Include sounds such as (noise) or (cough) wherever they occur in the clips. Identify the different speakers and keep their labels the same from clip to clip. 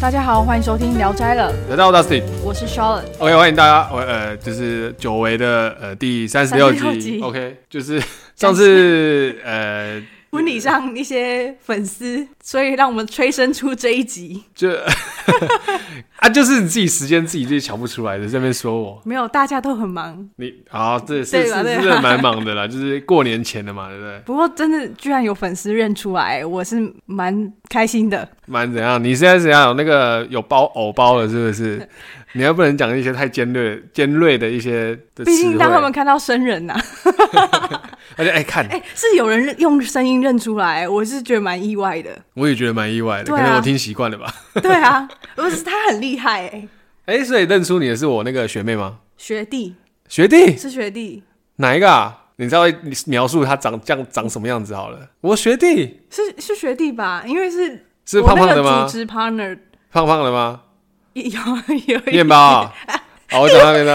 Speaker 1: 大家好，欢迎收听《聊斋了
Speaker 2: 大家好，我是 Dustin。》，
Speaker 1: 我是 Charlotte。
Speaker 2: OK，欢迎大家，我呃，就是久违的呃第三十六
Speaker 1: 36
Speaker 2: 集。
Speaker 1: 集
Speaker 2: OK，就是 (laughs) 上次呃，
Speaker 1: 婚礼上一些粉丝，所以让我们催生出这一集。
Speaker 2: 就 (laughs) 啊，就是你自己时间自己自己瞧不出来的，这边说我
Speaker 1: 没有，大家都很忙，
Speaker 2: 你啊，这是
Speaker 1: 对
Speaker 2: 是
Speaker 1: 吧对吧
Speaker 2: 是真的蛮忙的啦，就是过年前的嘛，对不对？
Speaker 1: 不过真的居然有粉丝认出来，我是蛮开心的。
Speaker 2: 蛮怎样？你现在怎样？有那个有包偶包了是不是？你还不能讲一些太尖锐尖锐的一些的
Speaker 1: 毕
Speaker 2: 词
Speaker 1: 竟当他们
Speaker 2: 汇，啊
Speaker 1: 看到生人啊 (laughs) 呐、
Speaker 2: 而且哎、看
Speaker 1: 哎、是有人用声音认出来，我是觉得蛮意外的。
Speaker 2: 我也觉得蛮意外的，
Speaker 1: 对啊
Speaker 2: 可能我听习惯了吧。
Speaker 1: 对啊， (laughs) 不是他很厉害哎、
Speaker 2: 哎、所以认出你的是我那个学妹吗？
Speaker 1: 学弟
Speaker 2: 学弟
Speaker 1: 是学弟，
Speaker 2: 哪一个啊？你知道你描述他长这样长什么样子好了。我学弟
Speaker 1: 是是学弟吧？因为是
Speaker 2: 是
Speaker 1: 我
Speaker 2: 胖胖
Speaker 1: 那
Speaker 2: 的
Speaker 1: 个
Speaker 2: 吗
Speaker 1: 主？持 partner
Speaker 2: 胖胖的吗？
Speaker 1: 有有 (laughs) 一
Speaker 2: 面包、啊？哦，我讲
Speaker 1: (laughs)
Speaker 2: 到面包，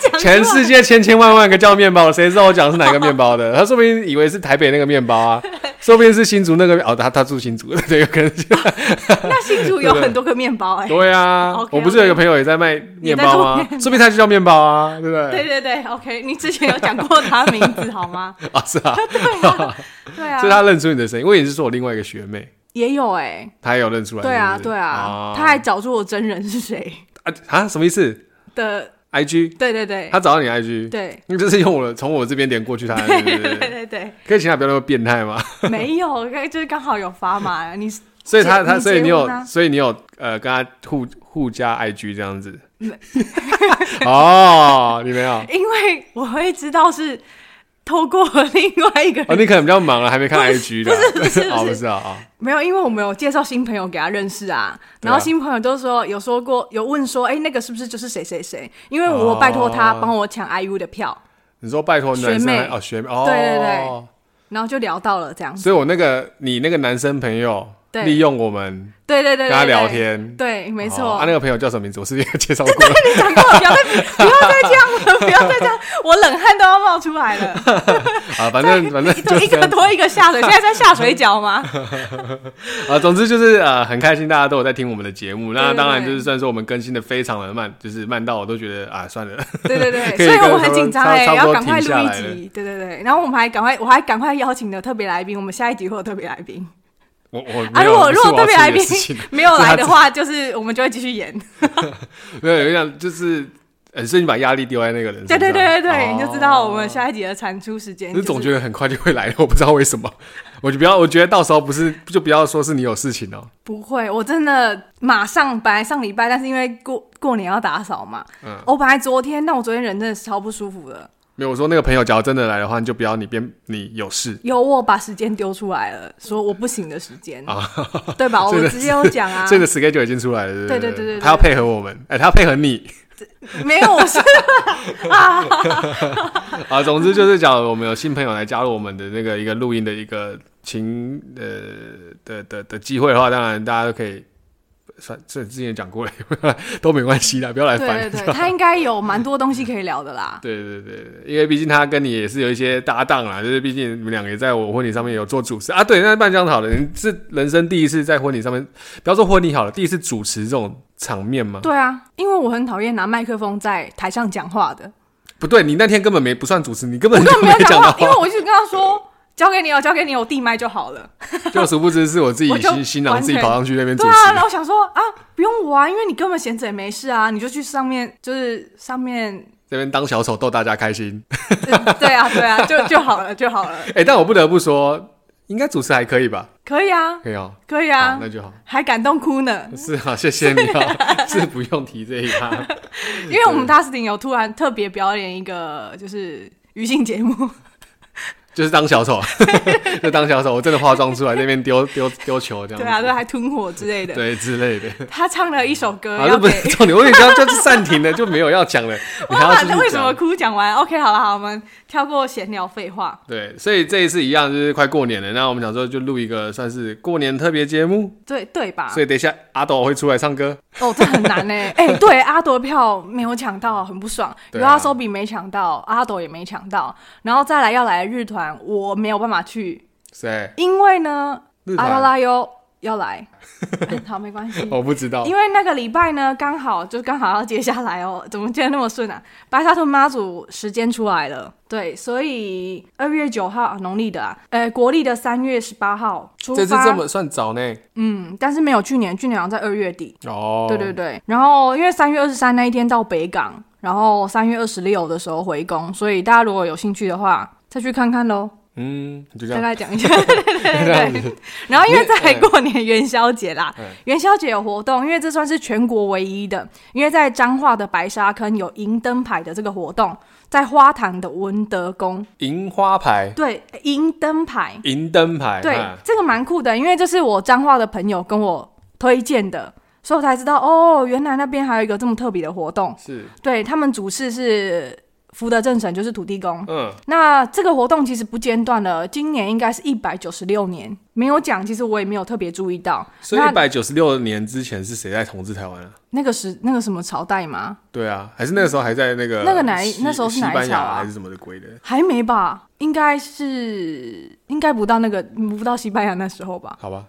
Speaker 1: 讲出来
Speaker 2: 全世界千千万万个叫面包，谁知道我讲的是哪个面包的？他说不定以为是台北那个面包
Speaker 1: (laughs)
Speaker 2: 啊，说不定是新竹那个哦，他他住新竹， (laughs) 对，有可
Speaker 1: (laughs)
Speaker 2: 能是。
Speaker 1: 那新竹有很多个面包哎、
Speaker 2: 对啊
Speaker 1: OK，OK
Speaker 2: 我不是有一个朋友也在卖面包
Speaker 1: 你
Speaker 2: 吗
Speaker 1: 在 (laughs) 做面？
Speaker 2: 说不定他就叫面包啊，对不对？
Speaker 1: 对对对，OK，你之前有讲过他名字好吗？
Speaker 2: (laughs) 啊，是啊，
Speaker 1: (laughs) 对啊
Speaker 2: (laughs) 所以，他认出你的声音，我也是说我另外一个学妹。
Speaker 1: 也有哎、
Speaker 2: 他也有认出来，
Speaker 1: 对啊
Speaker 2: 是不是
Speaker 1: 对啊
Speaker 2: 哦，
Speaker 1: 他还找出我真人是谁
Speaker 2: 啊啊什么意思
Speaker 1: 的，
Speaker 2: ？IG，
Speaker 1: 对对对
Speaker 2: 他找到你 IG，
Speaker 1: 对
Speaker 2: 那就是用我的从我这边点过
Speaker 1: (laughs)
Speaker 2: 去他的，哎
Speaker 1: 对
Speaker 2: 对不
Speaker 1: 对
Speaker 2: 对？
Speaker 1: 对对，
Speaker 2: 可以请他不要那么变态嘛。
Speaker 1: 没有，就是刚好有发嘛，你
Speaker 2: 所以他
Speaker 1: 结
Speaker 2: 他
Speaker 1: 你
Speaker 2: 所以你
Speaker 1: 结婚
Speaker 2: 有
Speaker 1: 啊
Speaker 2: 所以你有呃跟他互互加 IG 这样子。 (laughs) 哦，你没有
Speaker 1: 因为我会知道是透过另外一个
Speaker 2: 哦，
Speaker 1: 人，
Speaker 2: 你可能比较忙了，还没看 IG 的。
Speaker 1: 不是不是
Speaker 2: (laughs) 哦，
Speaker 1: 不是
Speaker 2: 不是啊啊。
Speaker 1: 没有，因为我们有介绍新朋友给他认识啊，然后
Speaker 2: 对啊
Speaker 1: 新朋友都说有说过有问说，哎、那个是不是就是谁谁谁？因为我拜托他
Speaker 2: 哦
Speaker 1: 帮我抢 IU 的票，
Speaker 2: 你说拜托男
Speaker 1: 学
Speaker 2: 生
Speaker 1: 妹
Speaker 2: 还哦学妹哦，
Speaker 1: 对对对。然后就聊到了这样子，
Speaker 2: 所以我那个你那个男生朋友
Speaker 1: 对
Speaker 2: 利用我们
Speaker 1: 对对对对，
Speaker 2: 跟他
Speaker 1: 对
Speaker 2: 聊，天，
Speaker 1: 对，没错。
Speaker 2: 哦啊，那个朋友叫什么名字？我是不是有介绍
Speaker 1: (laughs)
Speaker 2: 过了？
Speaker 1: 你讲过了，不要再不要再这样了，不要再这样，我冷汗都要冒出来了，
Speaker 2: 啊，反正反正
Speaker 1: (laughs) 就一
Speaker 2: 这
Speaker 1: 个
Speaker 2: 样
Speaker 1: 多一个下水，现在在下水饺
Speaker 2: (laughs)
Speaker 1: 吗？
Speaker 2: 啊，总之就是呃，很开心大家都有在听我们的节目。那
Speaker 1: 对对
Speaker 2: 当然就是
Speaker 1: 对
Speaker 2: 虽然说我们更新的非常的慢，就是慢到我都觉得啊，算了， (laughs)
Speaker 1: 对对对，
Speaker 2: 可以
Speaker 1: 所以我
Speaker 2: 跟
Speaker 1: 们很紧张
Speaker 2: 差不
Speaker 1: 哎，
Speaker 2: 多差
Speaker 1: 要
Speaker 2: 不多
Speaker 1: 赶快录
Speaker 2: 停下
Speaker 1: 一
Speaker 2: 来
Speaker 1: 集，对对对，然后我们还赶快，我还赶快邀请了特别来宾，我们下一集会有特别来宾
Speaker 2: 我我
Speaker 1: 啊，
Speaker 2: 没
Speaker 1: 如
Speaker 2: 有
Speaker 1: 果
Speaker 2: 不
Speaker 1: 如
Speaker 2: 是
Speaker 1: 果
Speaker 2: 我
Speaker 1: 特
Speaker 2: 要
Speaker 1: 别
Speaker 2: 处
Speaker 1: 来
Speaker 2: 理
Speaker 1: 宾
Speaker 2: 的事情
Speaker 1: (laughs) 没有
Speaker 2: (laughs) 是他
Speaker 1: 来的
Speaker 2: 自
Speaker 1: 话，就是我们就会继续演，
Speaker 2: 没有有点就是呃，所以你把压力丢在那个人
Speaker 1: 对
Speaker 2: 身上，
Speaker 1: 对对对对，
Speaker 2: 哦
Speaker 1: 你就知道我们下一集的产出时间
Speaker 2: 你
Speaker 1: 就是。
Speaker 2: 总觉得很快就会来了，我不知道为什么，我就不要，我觉得到时候不是就不要说是你有事情哦、
Speaker 1: 不会，我真的马上本来上礼拜，但是因为过过年要打扫嘛，
Speaker 2: 嗯
Speaker 1: 我本来昨天，但我昨天人真的是超不舒服的，
Speaker 2: 没有，我说那个朋友，假如真的来的话，你就不要你边你有事，
Speaker 1: 有我把时间丢出来了，说我不行的时间，对吧？我
Speaker 2: 啊 (laughs) 这个
Speaker 1: 直接有讲啊，
Speaker 2: 这个 schedule 已经出来了，
Speaker 1: 对对
Speaker 2: 对对
Speaker 1: 对对对
Speaker 2: 他要配合我们，哎、他要配合你。
Speaker 1: (laughs) 没有，我是
Speaker 2: 啊，总之就是讲我们有新朋友来加入我们的那个一个录音的一个情呃的的的机会的话，当然大家都可以算这之前也讲过了， (laughs) 都没关系啦，不要来烦。
Speaker 1: 对对对，他应该有蛮多东西可以聊的
Speaker 2: (laughs)
Speaker 1: 啦。
Speaker 2: 对对对对因为毕竟他跟你也是有一些搭档啦，就是毕竟你们两个也在我婚礼上面有做主持啊。对，那办这样好了，你是人生第一次在婚礼上面，不要说婚礼好了，第一次主持这种场面吗？
Speaker 1: 对啊，因为我很讨厌拿麦克风在台上讲话
Speaker 2: (laughs)
Speaker 1: 的，
Speaker 2: 不对，你那天根本没不算主持，你根本
Speaker 1: 我根
Speaker 2: 就
Speaker 1: 本没有
Speaker 2: 讲
Speaker 1: 讲
Speaker 2: 到
Speaker 1: 话，因为我一直跟他说交给你哦，交给你哦，我递麦就好
Speaker 2: (laughs)
Speaker 1: 了。
Speaker 2: 就殊不知是我自己
Speaker 1: 我就
Speaker 2: 新新郎自己
Speaker 1: 完全
Speaker 2: 跑上去那边主
Speaker 1: 对
Speaker 2: 持。
Speaker 1: 啊，然后想说啊，不用我啊，因为你根本闲着也没事啊，你就去上面，就是上面，
Speaker 2: 这边当小丑逗大家开心。 (laughs)
Speaker 1: 呃 (laughs) 对啊，对啊，就就好了，就好了，
Speaker 2: 哎、但我不得不说，应该主持还可以吧？
Speaker 1: 可以啊，
Speaker 2: 可以哦，
Speaker 1: 可以
Speaker 2: 好
Speaker 1: 啊，
Speaker 2: 那就好。
Speaker 1: 还感动哭
Speaker 2: (laughs)
Speaker 1: 呢，
Speaker 2: 是啊，谢谢你哦， (laughs) 是不用提这一趴。
Speaker 1: 因为我们 Dustin 有突然特别表演一个就是娱性节
Speaker 2: (laughs)
Speaker 1: 目，
Speaker 2: 就是当小丑， (laughs) 就当小丑，我真的化妆出来那边丢丢丢球这样
Speaker 1: 对
Speaker 2: 子，
Speaker 1: 啊，对，还吞火之类的，
Speaker 2: 对之类的。
Speaker 1: 他唱了一首歌，
Speaker 2: 啊，
Speaker 1: 要
Speaker 2: 这不
Speaker 1: 给
Speaker 2: 是重点，我跟你讲，就是暂停了，就没有要讲了。
Speaker 1: (laughs) 我
Speaker 2: (laughs) 你还要
Speaker 1: 把
Speaker 2: 继续
Speaker 1: 为什么
Speaker 2: 讲？
Speaker 1: 哭讲完，OK，好了，好，我们跳过闲聊废话，
Speaker 2: 对，所以这一次一样，就是快过年了，那我们想说就录一个算是过年特别节目，
Speaker 1: 对对吧？
Speaker 2: 所以等一下阿斗会出来唱歌。
Speaker 1: 哦，这很难呢。
Speaker 2: (laughs)
Speaker 1: 哎、对，阿朵的票没有抢到，很不爽。
Speaker 2: 对
Speaker 1: 有
Speaker 2: 啊
Speaker 1: 阿手比没抢到，阿朵也没抢到，然后再来要来的日团，我没有办法去，
Speaker 2: 谁？
Speaker 1: 因为呢，
Speaker 2: 日
Speaker 1: 阿拉
Speaker 2: 团
Speaker 1: 拉优要来， (laughs) 嗯好，没关系。
Speaker 2: 我不知道
Speaker 1: 因为那个礼拜呢，刚好就刚好要接下来哦，怎么接得那么顺啊？白沙屯妈祖时间出来了，对，所以二月九号啊农历的啊，呃，国历的三月十八号出发。
Speaker 2: 这次这么算早呢。
Speaker 1: 嗯，但是没有去年，去年好像在二月底。
Speaker 2: 哦，
Speaker 1: 对对对，然后因为三月二十三那一天到北港，然后三月二十六的时候回宫，所以大家如果有兴趣的话，再去看看喽。
Speaker 2: 嗯，就这
Speaker 1: 大概 (laughs)
Speaker 2: 样。
Speaker 1: 讲一下，对对对对对。 (laughs) 然后因为哎在过年元宵节啦，元宵节有活动，因为这算是全国唯一的，因为在彰化的白沙坑有迎灯牌的这个活动，在花坛的文德宫，
Speaker 2: 银花牌、
Speaker 1: 对，迎灯牌，
Speaker 2: 银灯牌，
Speaker 1: 对
Speaker 2: 啊，
Speaker 1: 这个蛮酷的，因为这是我彰化的朋友跟我推荐的，所以我才知道哦，原来那边还有一个这么特别的活动。
Speaker 2: 是，
Speaker 1: 对他们主事是福德正神，就是土地公。
Speaker 2: 嗯，
Speaker 1: 那这个活动其实不间断了，今年应该是一百九十六年，没有讲，其实我也没有特别注意到。
Speaker 2: 所以一
Speaker 1: 那
Speaker 2: 百九十六年之前是谁在统治台湾啊？
Speaker 1: 那个时那个什么朝代吗？
Speaker 2: 对啊，还是那个时候还在那个
Speaker 1: 那个哪一
Speaker 2: 西
Speaker 1: 那时候是
Speaker 2: 西
Speaker 1: 哪一
Speaker 2: 班
Speaker 1: 朝
Speaker 2: 牙
Speaker 1: 啊
Speaker 2: 还是什么的鬼的？
Speaker 1: 还没吧？应该是应该不到那个不到西班牙那时候吧？
Speaker 2: 好吧，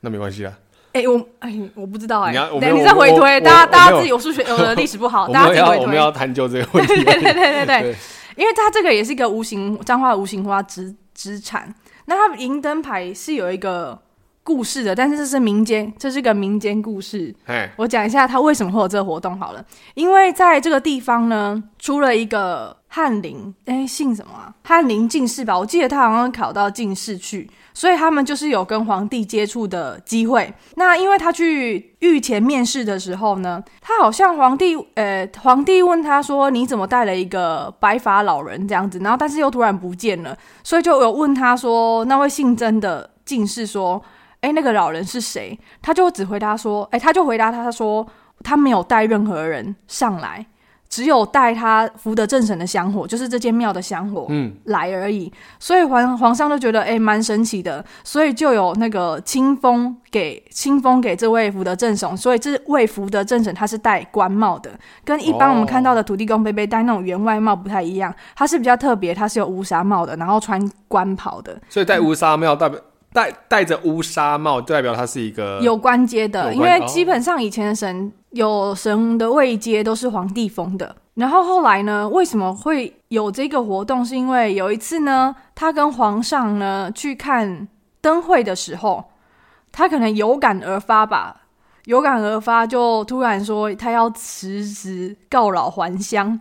Speaker 2: 那没关系啦。
Speaker 1: 哎、我哎、我不知道哎、
Speaker 2: 你要我
Speaker 1: 等
Speaker 2: 没有
Speaker 1: 你再
Speaker 2: 我
Speaker 1: 回
Speaker 2: 我
Speaker 1: 推，
Speaker 2: 我
Speaker 1: 大家
Speaker 2: 我
Speaker 1: 大家
Speaker 2: 没有
Speaker 1: 自己有数学有
Speaker 2: (laughs)
Speaker 1: 的历史不好，
Speaker 2: 我
Speaker 1: 哦大家
Speaker 2: 们
Speaker 1: 自己
Speaker 2: 要
Speaker 1: 回
Speaker 2: 我们
Speaker 1: 推。
Speaker 2: 要探究这个问
Speaker 1: (laughs) 对
Speaker 2: 题。
Speaker 1: 对对对对
Speaker 2: (laughs) 对，
Speaker 1: 因为它这个也是一个无形彰化的无形化资资产。那它银灯牌是有一个故事的，但是这是民间，这是个民间故事。
Speaker 2: 哎，
Speaker 1: 我讲一下它为什么会有这个活动好了，因为在这个地方呢，出了一个翰林，哎，姓什么啊？翰林进士吧，我记得他好像考到进士去，所以他们就是有跟皇帝接触的机会。那因为他去御前面试的时候呢，他好像皇帝，呃，皇帝问他说：“你怎么带了一个白发老人这样子？”然后但是又突然不见了，所以就有问他说：“那位姓曾的进士说。”哎，那个老人是谁？他就只回答说，哎，他就回答他他说他没有带任何人上来，只有带他福德正神的香火，就是这间庙的香火，
Speaker 2: 嗯，
Speaker 1: 来而已。所以皇皇上就觉得哎蛮神奇的，所以就有那个清风给清风给这位福德正神，所以这位福德正神他是戴官帽的，跟一般我们
Speaker 2: 哦
Speaker 1: 看到的土地公贝贝戴那种员外帽不太一样，他是比较特别，他是有乌纱帽的，然后穿官袍的，
Speaker 2: 所以戴乌纱帽代表戴戴着乌纱帽，就代表他是一个
Speaker 1: 有关阶的，
Speaker 2: 呃有
Speaker 1: 因
Speaker 2: 关哦
Speaker 1: 为基本上以前的神有神的位阶都是皇帝封的。然后后来呢，为什么会有这个活动？是因为有一次呢，他跟皇上呢去看灯会的时候，他可能有感而发吧，有感而发就突然说他要辞职告老还乡，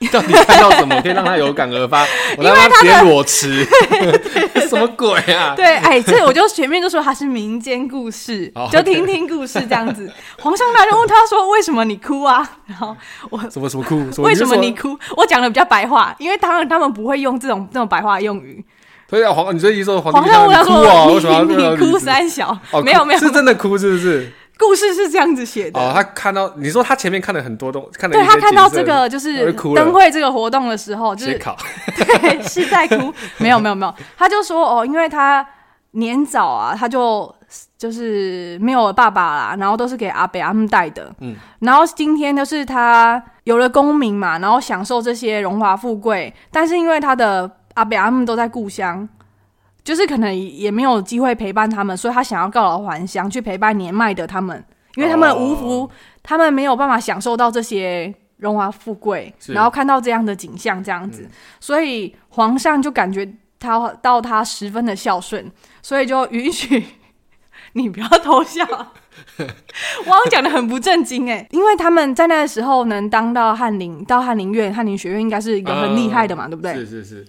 Speaker 2: (laughs) 到底看到什么可以让他有感
Speaker 1: (laughs)
Speaker 2: 而发？我让他直接裸辞， (laughs) 什么鬼啊？
Speaker 1: (laughs) 对，哎，这我就前面就说它是民间故事
Speaker 2: (laughs) 哦，
Speaker 1: 就听听故事这样子。皇上他就问他说：“为什么你哭啊？”然后我
Speaker 2: 什么什么酷？什
Speaker 1: 为什么
Speaker 2: 就
Speaker 1: 你
Speaker 2: 说？
Speaker 1: 哭？我讲的比较白话，因为当然他们不会用这种这种白话用语。
Speaker 2: 所以皇，你这一说皇
Speaker 1: 皇
Speaker 2: 帝看
Speaker 1: 上
Speaker 2: 到
Speaker 1: 问他
Speaker 2: 你哭哦，为什么要
Speaker 1: 说：“你你
Speaker 2: 让
Speaker 1: 你
Speaker 2: 他
Speaker 1: 哭
Speaker 2: 离职
Speaker 1: 三小
Speaker 2: 哦，？”
Speaker 1: 没有没有，
Speaker 2: 是真的哭是
Speaker 1: (laughs)
Speaker 2: 不是？
Speaker 1: 故事是这样子写
Speaker 2: 哦，
Speaker 1: 的。
Speaker 2: 他看到你说他前面看了很多东，看了
Speaker 1: 对
Speaker 2: 一
Speaker 1: 他
Speaker 2: 些
Speaker 1: 看到
Speaker 2: 景
Speaker 1: 这
Speaker 2: 色
Speaker 1: 个就
Speaker 2: 他
Speaker 1: 是
Speaker 2: 就哭了
Speaker 1: 灯会这个活动的时候，就
Speaker 2: 写
Speaker 1: 是
Speaker 2: 考，
Speaker 1: 对，是在
Speaker 2: (laughs)
Speaker 1: 哭，没有没有没有，他就说哦，因为他年早啊，他就就是没有爸爸啦，然后都是给阿北他们带的，
Speaker 2: 嗯，
Speaker 1: 然后今天就是他有了功名嘛，然后享受这些荣华富贵，但是因为他的阿北他们都在故乡。就是可能也没有机会陪伴他们，所以他想要告老还乡，去陪伴年迈的他们，因为他们无福，
Speaker 2: 哦
Speaker 1: 他们没有办法享受到这些荣华富贵，
Speaker 2: 是
Speaker 1: 然后看到这样的景象，这样子，所以皇上就感觉他到他十分的孝顺，所以就允许你不要偷笑。我好像讲的很不正经哎，因为他们在那个时候能当到翰林，到翰林院、翰林学院应该是一个很厉害的嘛， (laughs) 对不对？
Speaker 2: 是
Speaker 1: (laughs)
Speaker 2: 是是，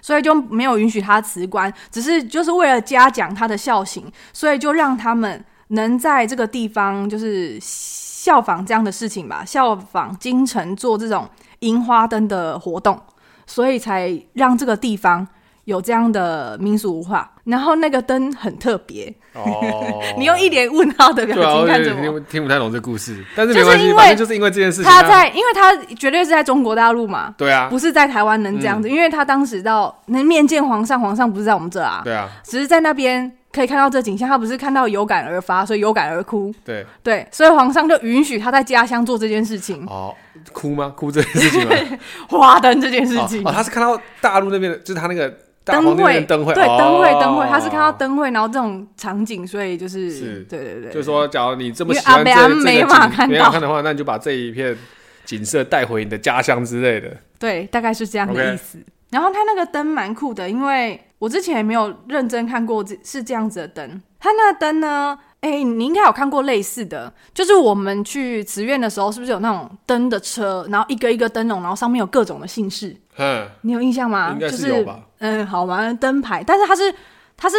Speaker 1: 所以就没有允许他辞官，只是就是为了嘉奖他的孝行，所以就让他们能在这个地方就是效仿这样的事情吧，效仿京城做这种樱花灯的活动，所以才让这个地方有这样的民俗文化。然后那个灯很特别，，
Speaker 2: 哦
Speaker 1: 你用一脸问号的表
Speaker 2: 对啊，
Speaker 1: 情
Speaker 2: 我
Speaker 1: 看
Speaker 2: 有
Speaker 1: 着
Speaker 2: 点
Speaker 1: 我。
Speaker 2: 听听不太懂这故事，但是
Speaker 1: 就
Speaker 2: 没
Speaker 1: 是
Speaker 2: 关系，
Speaker 1: 因
Speaker 2: 反
Speaker 1: 为
Speaker 2: 正就是因为这件事情，啊
Speaker 1: 他在，因为他绝对是在中国大陆嘛，
Speaker 2: 对啊，
Speaker 1: 不是在台湾能这样
Speaker 2: 嗯
Speaker 1: 子，因为他当时到能面见皇上，皇上不是在我们这啊，
Speaker 2: 对啊，
Speaker 1: 只是在那边可以看到这景象，他不是看到有感而发，所以有感而哭。
Speaker 2: 对，
Speaker 1: 对，所以皇上就允许他在家乡做这件事情，
Speaker 2: 哦，哭吗？哭这件事情吗？
Speaker 1: (laughs) 花灯这件事情。
Speaker 2: 哦，哦他是看到大陆那边的，就是他那个哦大皇
Speaker 1: 灯
Speaker 2: 帝那
Speaker 1: 会
Speaker 2: 边，灯会，
Speaker 1: 对
Speaker 2: 哦
Speaker 1: 灯会灯会，他是看到灯会，然后这种场景，所以就是
Speaker 2: 是
Speaker 1: 对对对，
Speaker 2: 就说，假如你这么
Speaker 1: 因为
Speaker 2: 喜欢
Speaker 1: 阿
Speaker 2: 这
Speaker 1: 北
Speaker 2: 这
Speaker 1: 阿
Speaker 2: 个景，
Speaker 1: 没办法看
Speaker 2: 没办法
Speaker 1: 到
Speaker 2: 看的话，那你就把这一片景色带回你的家乡之类的。
Speaker 1: 对，大概是这样的
Speaker 2: OK
Speaker 1: 意思。然后它那个灯蛮酷的，因为我之前也没有认真看过这是这样子的灯。它那个灯呢，哎、你应该有看过类似的，就是我们去慈院的时候，是不是有那种灯的车，然后一个一个灯笼，然后上面有各种的姓氏，
Speaker 2: 嗯，
Speaker 1: 你有印象吗？
Speaker 2: 应该
Speaker 1: 啊就是
Speaker 2: 有吧？
Speaker 1: 嗯，好玩灯牌，但是它是它是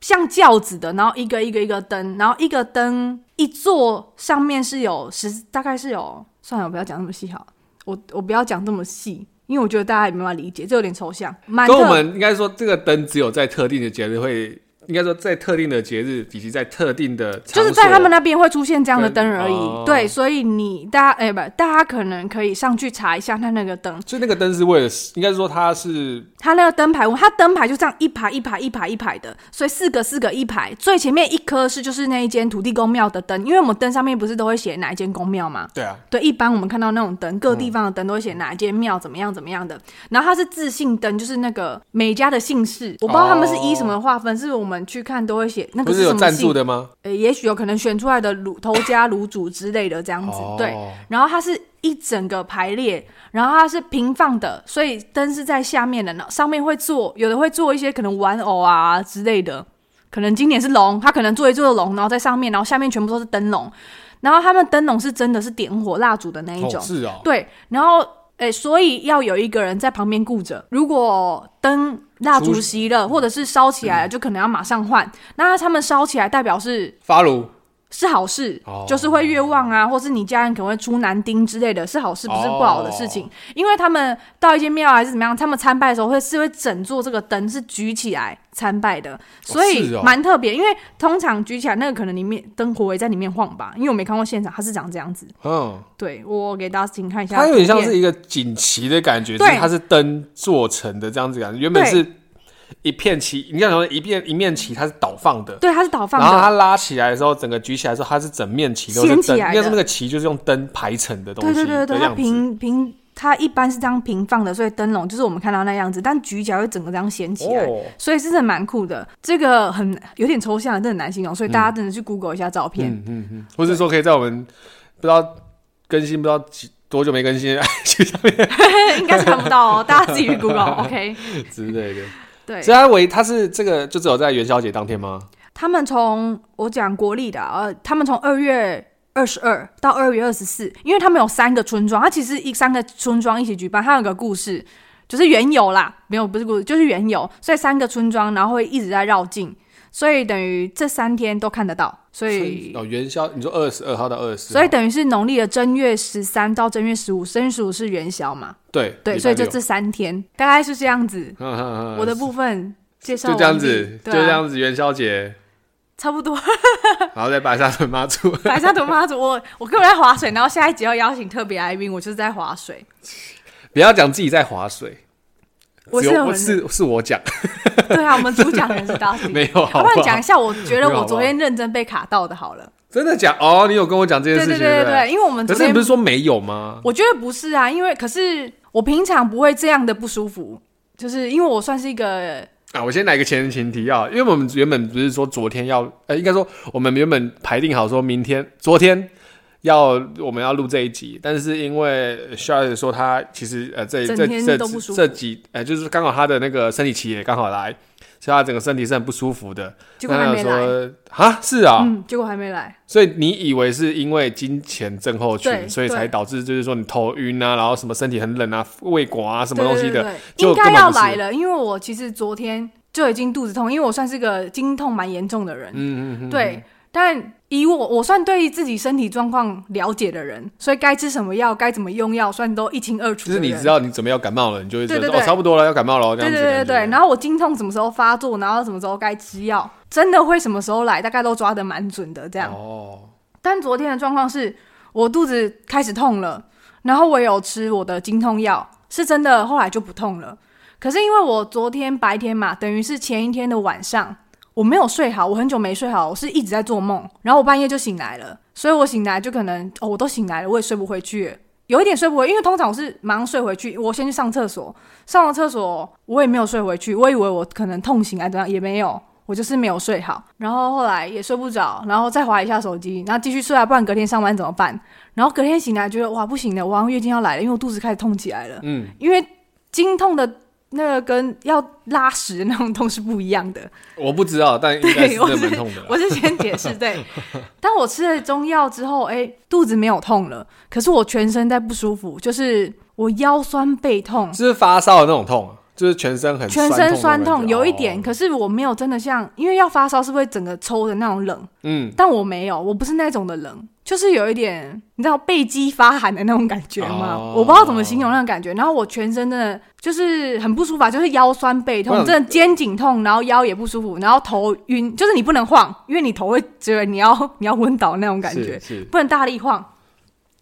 Speaker 1: 像轿子的，然后一个一个一个灯，然后一个灯一座上面是有十，大概是有，算了，我不要讲那么细好了，我我不要讲这么细，因为我觉得大家也没办法理解，这有点抽象。蛮
Speaker 2: 跟
Speaker 1: 特
Speaker 2: 我们应该说，这个灯只有在特定的节日会，应该说在特定的节日以及在特定的场
Speaker 1: 就是在
Speaker 2: 所
Speaker 1: 他们那边会出现这样的
Speaker 2: 跟
Speaker 1: 灯而已，
Speaker 2: 哦
Speaker 1: 对，所以你大家哎、不，大家可能可以上去查一下它那个灯，
Speaker 2: 所以那个灯是为了，应该是说它是
Speaker 1: 它那个灯牌，它灯牌就这样一排一排一排一排的，所以四个四个一排，最前面一颗是就是那一间土地公庙的灯，因为我们灯上面不是都会写哪一间公庙吗？
Speaker 2: 对啊，
Speaker 1: 对，一般我们看到那种灯，各地方的灯都会写哪一间庙怎么样怎么样的。然后它是自信灯，就是那个每家的姓氏，我不知道他们是依什么划分，是我们去看都会写那
Speaker 2: 不
Speaker 1: 个
Speaker 2: 是
Speaker 1: 什
Speaker 2: 有
Speaker 1: 么
Speaker 2: 赞
Speaker 1: 姓
Speaker 2: 助，的吗？
Speaker 1: 呃，也许有可能选出来的卤头家卤主之类的这样子，对。
Speaker 2: 哦
Speaker 1: 然后它是一整个排列，然后它是平放的，所以灯是在下面的，然后上面会做，有的会做一些可能玩偶啊之类的，可能今年是龙，它可能做一座龙，然后在上面，然后下面全部都是灯笼，然后他们灯笼是真的是点火蜡烛的那一种，
Speaker 2: 是哦，
Speaker 1: 对，然后诶，所以要有一个人在旁边顾着，如果灯蜡烛
Speaker 2: 出
Speaker 1: 熄了，或者是烧起
Speaker 2: 嗯
Speaker 1: 来了，就可能要马上换，那他们烧起来代表是
Speaker 2: 发炉
Speaker 1: 是好事，
Speaker 2: 哦
Speaker 1: 就是会越旺啊，或是你家人可能会出男丁之类的，是好事，不是不好的事情。
Speaker 2: 哦
Speaker 1: 因为他们到一间庙还是怎么样，他们参拜的时候会是会整座这个灯是举起来参拜的，所以
Speaker 2: 是哦
Speaker 1: 蛮特别。因为通常举起来那个可能里面灯火也在里面晃吧，因为我没看过现场，它是长这样子。
Speaker 2: 嗯，
Speaker 1: 对我给大家请看一下图
Speaker 2: 它
Speaker 1: 片，
Speaker 2: 有点像是一个锦旗的感觉，
Speaker 1: 对
Speaker 2: 只是它是灯做成的这样子感觉，原本
Speaker 1: 对
Speaker 2: 是一片旗，你看从一片一面旗它是倒放的。
Speaker 1: 对，它是倒放
Speaker 2: 然后它
Speaker 1: 的，
Speaker 2: 拉起来的时候，整个举起来的时候，它是整面旗都是
Speaker 1: 掀起
Speaker 2: 灯，应
Speaker 1: 来的
Speaker 2: 该说那个旗就是用灯排成的东
Speaker 1: 对
Speaker 2: 西
Speaker 1: 对对对，
Speaker 2: 的
Speaker 1: 它
Speaker 2: 样子。
Speaker 1: 平平。它一般是这样平放的，所以灯笼就是我们看到那样子，但举起来会整个这样掀起来。
Speaker 2: 哦，
Speaker 1: 所以真的蛮酷的。这个很有点抽象，真的很难形容，所以大家真的去 Google 一下照片。
Speaker 2: 嗯嗯嗯，或是说可以在我们不知道更新不知道几多久没更
Speaker 1: (laughs)
Speaker 2: 新哎
Speaker 1: 应该是看不到哦，大家自己去 (laughs) Google。OK，
Speaker 2: 之类的。
Speaker 1: (laughs) 对
Speaker 2: 所以，它为它是这个就只有在元宵节当天吗？
Speaker 1: 他们从我讲国历的啊，呃，他们从二月。二十二到二月二十四，因为他们有三个村庄，它其实一三个村庄一起举办，它有个故事，就是缘由啦，没有不是故事，就是缘由，所以三个村庄然后会一直在绕境，所以等于这三天都看得到，所以
Speaker 2: 哦，元宵，你说二十二号到二十，
Speaker 1: 所以等于是农历的正月十三到正月十五，正月十五是元宵嘛，
Speaker 2: 对
Speaker 1: 对，
Speaker 2: 礼拜
Speaker 1: 所以就
Speaker 2: 六
Speaker 1: 这三天大概是这样子。
Speaker 2: 嗯嗯嗯
Speaker 1: 我的部分介绍
Speaker 2: 就这样
Speaker 1: 完毕
Speaker 2: 子，就
Speaker 1: 对啊
Speaker 2: 这样子元宵节，
Speaker 1: 差不多。 (laughs)
Speaker 2: 然后再白沙屯妈祖， (laughs)
Speaker 1: 白沙屯妈祖，我我根本在划水，然后下一集要邀请特别来宾，我就是在划水。
Speaker 2: 不要讲自己在划水，
Speaker 1: 我
Speaker 2: 只
Speaker 1: 是
Speaker 2: 有
Speaker 1: 有
Speaker 2: 我
Speaker 1: 人，
Speaker 2: 是是我讲，
Speaker 1: 对啊，我们主讲人是 Dusty。
Speaker 2: (laughs) 没有，啊好
Speaker 1: 要不
Speaker 2: 不好
Speaker 1: 然讲一下，我觉得
Speaker 2: 没有好
Speaker 1: 我
Speaker 2: 不
Speaker 1: 昨天认真被卡到的，好了。
Speaker 2: 真的讲哦，你有跟我讲这
Speaker 1: 对
Speaker 2: 件
Speaker 1: 对
Speaker 2: 事
Speaker 1: 对
Speaker 2: 情，
Speaker 1: 对
Speaker 2: 不
Speaker 1: 对，因为我们
Speaker 2: 可
Speaker 1: 昨
Speaker 2: 是你
Speaker 1: 天
Speaker 2: 不是，说没有吗？
Speaker 1: 我觉得不是啊，因为可是我平常不会这样的不舒服，就是因为我算是一个
Speaker 2: 啊，我先来个前情提要，因为我们原本不是说昨天要，呃，应该说我们原本排定好说明天、昨天要我们要录这一集，但是因为 s h a r 说他其实呃这
Speaker 1: 整
Speaker 2: 这
Speaker 1: 天
Speaker 2: 这
Speaker 1: 都不舒服
Speaker 2: 这几呃就是刚好他的那个生理期也刚好来，所以他整个身体是很不舒服的。
Speaker 1: 结果还没
Speaker 2: 那他
Speaker 1: 来，
Speaker 2: 有说啊，是啊，
Speaker 1: 嗯，结果还没来，
Speaker 2: 所以你以为是因为金钱症候
Speaker 1: 对
Speaker 2: 群，所以才
Speaker 1: 对
Speaker 2: 导致就是说你头晕啊，然后什么身体很冷啊、胃寡啊什么东西
Speaker 1: 对对
Speaker 2: 的，
Speaker 1: 对对
Speaker 2: 就
Speaker 1: 应该
Speaker 2: 根本
Speaker 1: 要
Speaker 2: 不是
Speaker 1: 来了，因为我其实昨天就已经肚子痛，因为我算是个经痛蛮严重的人，
Speaker 2: 嗯嗯嗯，
Speaker 1: 对。但以我我算对自己身体状况了解的人，所以该吃什么药、该怎么用药，算都一清二楚
Speaker 2: 就
Speaker 1: 的
Speaker 2: 是
Speaker 1: 人。
Speaker 2: 你知道你准备要感冒了，你就会觉得
Speaker 1: 对对
Speaker 2: 说哦，
Speaker 1: 对
Speaker 2: 差不多了，要感冒了，这
Speaker 1: 对
Speaker 2: 样
Speaker 1: 对
Speaker 2: 子。
Speaker 1: 对对对。然后我经痛什么时候发作，然后什么时候该吃药，真的会什么时候来，大概都抓得蛮准的这样。
Speaker 2: 哦，
Speaker 1: 但昨天的状况是我肚子开始痛了，然后我有吃我的经痛药，是真的后来就不痛了。可是因为我昨天白天嘛，等于是前一天的晚上，我没有睡好，我很久没睡好，我是一直在做梦，然后我半夜就醒来了，所以我醒来就可能哦，我都醒来了，我也睡不回去了，有一点睡不回，因为通常我是马上睡回去，我先去上厕所，上了厕所我也没有睡回去，我以为我可能痛醒啊怎样，也没有，我就是没有睡好，然后后来也睡不着，然后再划一下手机，然后继续睡啊，不然隔天上班怎么办？然后隔天醒来觉得哇不行了，我好像月经要来了，因为我肚子开始痛起来了，
Speaker 2: 嗯，
Speaker 1: 因为经痛的那个跟要拉屎的那种痛是不一样的，
Speaker 2: 我不知道，但应
Speaker 1: (laughs)
Speaker 2: 该是
Speaker 1: 对我
Speaker 2: 真
Speaker 1: 是
Speaker 2: 的蛮痛的啦。
Speaker 1: 我是先解释，
Speaker 2: (laughs)
Speaker 1: 对。当我吃了中药之后，哎、肚子没有痛了，可是我全身在不舒服，就是我腰酸背痛，
Speaker 2: 就是发烧的那种痛，啊就是全身很
Speaker 1: 全身酸痛，有一点。
Speaker 2: 哦
Speaker 1: 可是我没有真的像，因为要发烧是会整个抽的那种冷，
Speaker 2: 嗯，
Speaker 1: 但我没有，我不是那种的冷，就是有一点你知道背肌发寒的那种感觉吗？
Speaker 2: 哦
Speaker 1: 我不知道怎么形容那种感觉。然后我全身真的就是很不舒服啊，就是腰酸背
Speaker 2: 我
Speaker 1: 痛，
Speaker 2: 想
Speaker 1: 真的肩颈痛，然后腰也不舒服，然后头晕，就是你不能晃，因为你头会觉得你要你要昏倒那种感觉
Speaker 2: 是，是，
Speaker 1: 不能大力晃。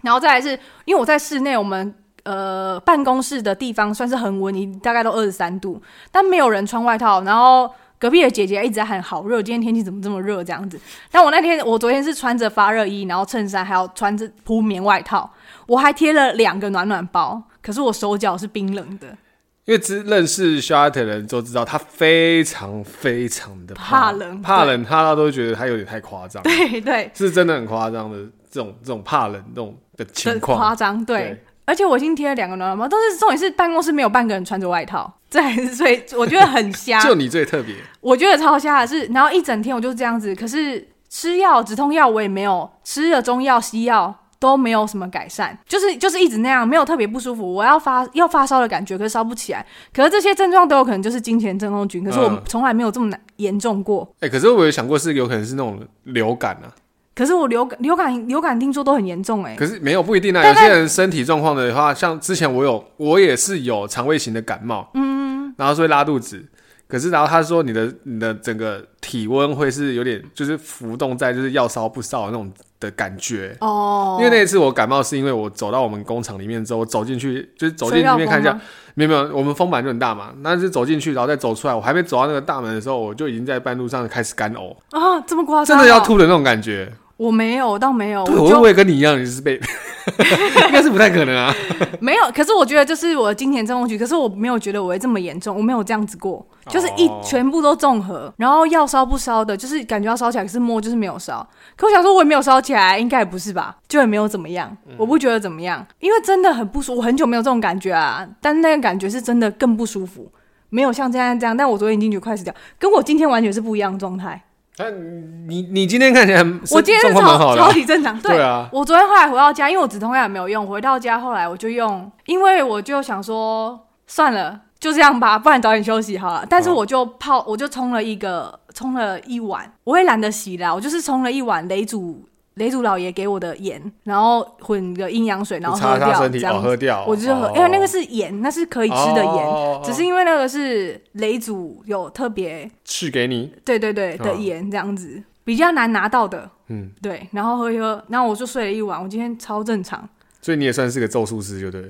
Speaker 1: 然后再来是因为我在室内，我们。呃，办公室的地方算是恒温，你大概都二十三度，但没有人穿外套。然后隔壁的姐姐一直在喊好热，今天天气怎么这么热这样子。但我那天我昨天是穿着发热衣，然后衬衫，还有穿着铺棉外套，我还贴了两个暖暖包。可是我手脚是冰冷的， (laughs)
Speaker 2: 因为知认识 Charlotte 的人都知道，他非常非常的
Speaker 1: 怕
Speaker 2: 冷，
Speaker 1: 冷
Speaker 2: 怕冷，他都觉得他有点太
Speaker 1: (laughs)
Speaker 2: 夸张，
Speaker 1: 对对，
Speaker 2: 是真的很夸张的这种这种怕冷这种的情
Speaker 1: 很夸
Speaker 2: 况。。
Speaker 1: 张，对。，而且我已经贴了两个暖暖包，但是重点是办公室没有半个人穿着外套，这还是所以我觉得很瞎
Speaker 2: (laughs) 就你最特别，
Speaker 1: 我觉得超瞎的是，然后一整天我就是这样子，可是吃药止痛药我也没有吃了中药西药都没有什么改善，就是就是一直那样，没有特别不舒服。我要发要发烧的感觉，可是烧不起来。可是这些症状都有可能就是金钱症候群，可是我
Speaker 2: 嗯
Speaker 1: 从来没有这么难严重过。
Speaker 2: 哎、可是我有想过是有可能是那种流感啊，
Speaker 1: 可是我流感流感流感听说都很严重哎、
Speaker 2: 可是没有不一定啊，有
Speaker 1: 但
Speaker 2: 些人身体状况的话，像之前我有我也是有肠胃型的感冒，嗯，然后是会拉肚子，可是然后他说你的你的整个体温会是有点就是浮动在就是要烧不烧的那种的感觉。
Speaker 1: 哦，
Speaker 2: 因为那一次我感冒，是因为我走到我们工厂里面之后，走进去就是走进
Speaker 1: 吹到
Speaker 2: 里面看一下
Speaker 1: 风吗，
Speaker 2: 没有没有，我们风板就很大嘛，那是走进去，然后再走出来，我还没走到那个大门的时候，我就已经在半路上开始干呕，
Speaker 1: 啊这么夸
Speaker 2: 真
Speaker 1: 张、
Speaker 2: 的要！吐的那种感觉。
Speaker 1: 我没有，我倒没有，
Speaker 2: 对，
Speaker 1: 我
Speaker 2: 我会
Speaker 1: 哦就
Speaker 2: 不会跟你一样，你是被， (laughs) 应该是不太可
Speaker 1: (laughs)
Speaker 2: 能啊。
Speaker 1: 没有，可是我觉得就是我的金钱症候群，可是我没有觉得我会这么严重，我没有这样子过，就是一、
Speaker 2: 哦
Speaker 1: 全部都综合，然后要烧不烧的，就是感觉要烧起来，可是摸就是没有烧。可我想说，我也没有烧起来，应该也不是吧，就也没有怎么样，
Speaker 2: 嗯
Speaker 1: 我不觉得怎么样，因为真的很不舒服，我很久没有这种感觉啊，但那个感觉是真的更不舒服，没有像现在这样。但我昨天已经觉得快死掉，跟我今天完全是不一样的状态。
Speaker 2: 那你你今天看起来很
Speaker 1: 我今天
Speaker 2: 状
Speaker 1: 是
Speaker 2: 况蛮
Speaker 1: 超
Speaker 2: 好的
Speaker 1: 超
Speaker 2: 啊，
Speaker 1: 级正常，
Speaker 2: 对啊，
Speaker 1: 我昨天后来回到家，因为我止痛药也没有用，回到家后来我就用，因为我就想说算了，就这样吧，不然早点休息好了。但是
Speaker 2: 哦
Speaker 1: 我就泡，我就冲了一个，冲了一碗，我也懒得洗啦，我就是冲了一碗雷祖雷祖老爷给我的盐，然后混个阴阳水，然后
Speaker 2: 你擦
Speaker 1: 喝
Speaker 2: 擦
Speaker 1: 掉
Speaker 2: 身体
Speaker 1: 这
Speaker 2: 哦，
Speaker 1: 样。
Speaker 2: 喝掉，
Speaker 1: 我就是喝
Speaker 2: 哦，
Speaker 1: 因为那个是盐，那是可以吃的盐，
Speaker 2: 哦
Speaker 1: 只是因为那个是雷祖有特别，
Speaker 2: 是给你，
Speaker 1: 对对对的
Speaker 2: 哦
Speaker 1: 盐这样子，比较难拿到的。
Speaker 2: 嗯，
Speaker 1: 对，然后喝一喝，然后我就睡了一晚。我今天超正
Speaker 2: (laughs)
Speaker 1: 常，
Speaker 2: 所以你也算是个咒术师，就对了。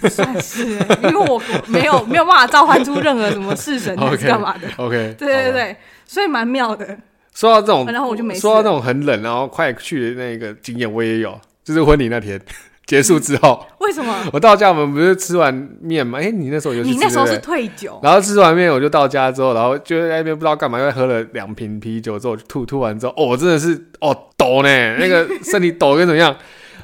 Speaker 1: 不算是欸，因为我没有没有办法召唤出任何什么式神还
Speaker 2: (laughs) OK
Speaker 1: 是干嘛的。
Speaker 2: OK，
Speaker 1: 对对对
Speaker 2: 好吧。
Speaker 1: 对，所以蛮妙的。
Speaker 2: 说到这种，
Speaker 1: 然后我就没事
Speaker 2: 说到那种很冷，然后快去的那个经验，我也有，就是婚礼那天结束之后，
Speaker 1: 为什么？
Speaker 2: 我到家，我们不是吃完面嘛？哎，你那时候有去
Speaker 1: 你
Speaker 2: 吃
Speaker 1: 那时候
Speaker 2: 对
Speaker 1: 是
Speaker 2: 不对
Speaker 1: 退酒，
Speaker 2: 然后吃完面我就到家之后，然后就在那边不知道干嘛，又喝了两瓶啤酒之后就吐，吐完之后，哦，我真的是哦抖呢，那个身体抖跟怎么样？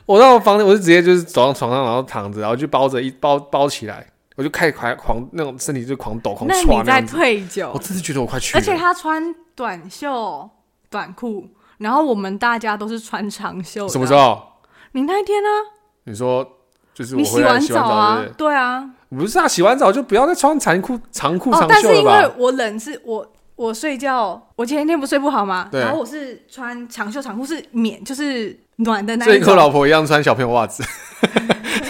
Speaker 2: 我到房间我是直接就是走到床上，然后躺着，然后就包着一包包起来，我就开始狂狂那种身体就狂抖狂
Speaker 1: 那
Speaker 2: 喘
Speaker 1: 你
Speaker 2: 那
Speaker 1: 在
Speaker 2: 样子，
Speaker 1: 退
Speaker 2: 我
Speaker 1: 酒，
Speaker 2: 真的觉得我快去
Speaker 1: 而
Speaker 2: 了，
Speaker 1: 且他穿短袖短裤，然后我们大家都是穿长袖。
Speaker 2: 什么时？候？
Speaker 1: 你那一天呢？啊
Speaker 2: 你说就是我
Speaker 1: 你
Speaker 2: 回
Speaker 1: 洗
Speaker 2: 来
Speaker 1: 完
Speaker 2: 洗完
Speaker 1: 澡
Speaker 2: 澡，
Speaker 1: 啊
Speaker 2: 对不？
Speaker 1: 对啊，
Speaker 2: 对？不是啊，洗完澡就不要再穿长裤长裤
Speaker 1: 哦
Speaker 2: 长，
Speaker 1: 但
Speaker 2: 袖
Speaker 1: 是
Speaker 2: 了
Speaker 1: 因为
Speaker 2: 吧？
Speaker 1: 我冷是我我睡觉，我前一天不睡不好嘛，
Speaker 2: 对
Speaker 1: 然后我是穿长袖长裤，是棉就是暖的那
Speaker 2: 所以
Speaker 1: 一
Speaker 2: 跟我
Speaker 1: 种。 (laughs) 啊
Speaker 2: 老婆一样穿小朋友袜子，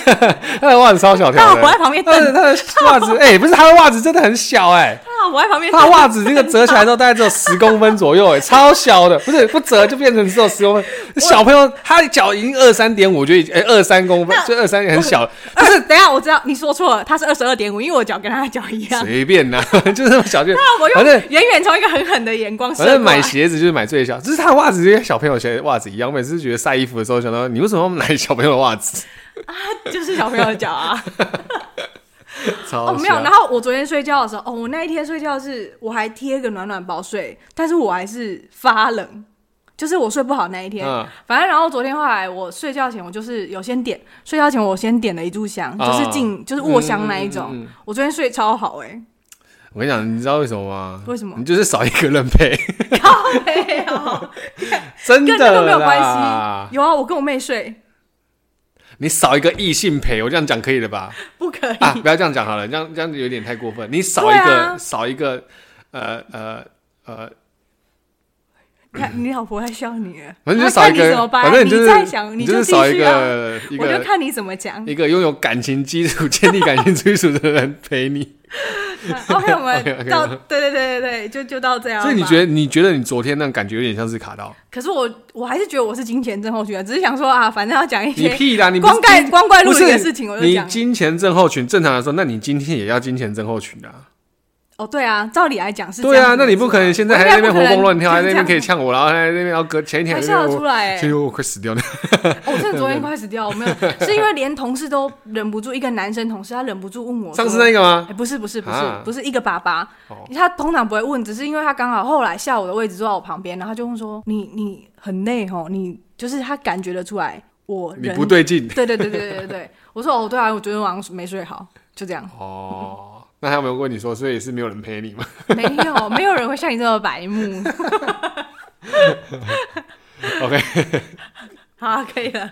Speaker 2: (laughs) 她的袜子超小
Speaker 1: 他
Speaker 2: 条
Speaker 1: 老
Speaker 2: 的
Speaker 1: 婆。在旁边
Speaker 2: (laughs) 他的
Speaker 1: 瞪，
Speaker 2: 他的袜子，哎、不是他的袜子真的很小哎、
Speaker 1: (laughs) 他老婆啊在旁边
Speaker 2: 他
Speaker 1: 瞪 (laughs)
Speaker 2: 的。袜子那个折起来之后大概只有十公分左右哎、 (laughs) 超小的，不是不折就变成只有十公分。小朋友他的脚已经二三点五，就已经哎二三公分，就二三很小，
Speaker 1: 不是，呃等一下，我知道你说错了，他是二十二点五，因为我脚跟他的脚一样。
Speaker 2: 随便呐、 (laughs) 就是那么小就。
Speaker 1: 他老婆
Speaker 2: 反
Speaker 1: 用
Speaker 2: 正
Speaker 1: 远远从一个狠狠的眼 (laughs) 光射
Speaker 2: 反
Speaker 1: 过
Speaker 2: 正买
Speaker 1: 来。
Speaker 2: 鞋子就是买最小，就是他的袜子就跟小朋友鞋袜子一样。我每次觉得晒衣服的时候想到，你为什么要买小朋友的袜子？ (laughs)
Speaker 1: 就是小朋友的脚啊。
Speaker 2: 超
Speaker 1: 哦，没有。
Speaker 2: 瞎
Speaker 1: 然后我昨天睡觉的时候，哦，我那一天睡觉是我还贴个暖暖包睡，但是我还是发冷，就是我睡不好那一天。
Speaker 2: 嗯
Speaker 1: 反正然后昨天后来我睡觉前，我就是有先点，睡觉前我先点了一炷香，
Speaker 2: 啊
Speaker 1: 就是进就是卧香那一种。
Speaker 2: 嗯嗯嗯嗯
Speaker 1: 我昨天睡超好哎、
Speaker 2: (laughs) 我跟你讲，你知道为什么吗？
Speaker 1: 为什么
Speaker 2: 你就是少一个人陪，
Speaker 1: 没有，
Speaker 2: 真
Speaker 1: 跟
Speaker 2: 的
Speaker 1: 那个没有关
Speaker 2: 啦
Speaker 1: 系。。有啊，我跟我妹睡，
Speaker 2: 你少一个异性陪，我这样讲可以了吧？
Speaker 1: 不可以。
Speaker 2: 啊，不要这样讲好了，这样这样有点太过分。你少一
Speaker 1: 对
Speaker 2: 个，
Speaker 1: 啊
Speaker 2: 少一个，呃呃呃，
Speaker 1: 你看你老婆在笑你了，
Speaker 2: 反正就
Speaker 1: 她
Speaker 2: 是少一
Speaker 1: 看你
Speaker 2: 个
Speaker 1: 怎么，办？
Speaker 2: 反正你就是
Speaker 1: 你再想，
Speaker 2: 你
Speaker 1: 就
Speaker 2: 就是
Speaker 1: 必
Speaker 2: 少一
Speaker 1: 须要，
Speaker 2: 个一
Speaker 1: 我就
Speaker 2: 个
Speaker 1: 看你怎么讲。
Speaker 2: 一个拥有感情基础、 (laughs) 建立感情基础的人陪你。
Speaker 1: (laughs) 哦 OK，我们
Speaker 2: OK，OK，
Speaker 1: 到
Speaker 2: 好
Speaker 1: 对对对对对，就就到这样吧。
Speaker 2: 嗯所以你觉得你觉得你昨天那种感觉有点像是卡到？
Speaker 1: 可是我我还是觉得我是金钱症候群啊，只是想说啊，反正要讲一
Speaker 2: 你
Speaker 1: 些
Speaker 2: 屁啦！你不是
Speaker 1: 光怪光怪陆
Speaker 2: 不
Speaker 1: 离的
Speaker 2: 是
Speaker 1: 事情，我就
Speaker 2: 你
Speaker 1: 讲。
Speaker 2: 金钱症候群，正常来说，那你今天也要金钱症候群的、啊。
Speaker 1: 哦，对啊，照理来讲是这
Speaker 2: 对
Speaker 1: 样
Speaker 2: 啊，
Speaker 1: 子
Speaker 2: 那你不可能现在还在那边活蹦乱跳，
Speaker 1: 我
Speaker 2: 还
Speaker 1: 应
Speaker 2: 在
Speaker 1: 该
Speaker 2: 那
Speaker 1: 不
Speaker 2: 边可以
Speaker 1: 能
Speaker 2: 呛我，然后还在那边要隔前一天
Speaker 1: 还
Speaker 2: 还在
Speaker 1: 笑
Speaker 2: (laughs) 那
Speaker 1: 得
Speaker 2: 边
Speaker 1: 出
Speaker 2: 我，
Speaker 1: 来、
Speaker 2: 其
Speaker 1: 欸。哦
Speaker 2: 实我快死掉了。
Speaker 1: 我真的昨天快死掉，我
Speaker 2: (laughs)
Speaker 1: 没有，是因为连同事都忍不住，一个男生同事他忍不住问我说。
Speaker 2: 上次那个吗？
Speaker 1: 哎，不是不是不是、
Speaker 2: 啊
Speaker 1: 不是一个爸爸，
Speaker 2: 哦
Speaker 1: 他通常不会问，只是因为他刚好后来下午的位置坐在我旁边，然后他就问说：“你你很累吼，你就是他感觉得出来我
Speaker 2: 你
Speaker 1: 人
Speaker 2: 不对劲
Speaker 1: 对对对对对对对，我说哦对啊，我昨天晚上没睡好，就这样，
Speaker 2: 哦。那他有没有问你说，所以是没有人陪你吗？
Speaker 1: (laughs) 没有没有人会像你这么白目。
Speaker 2: (laughs) OK
Speaker 1: (laughs) 好啊，可以了。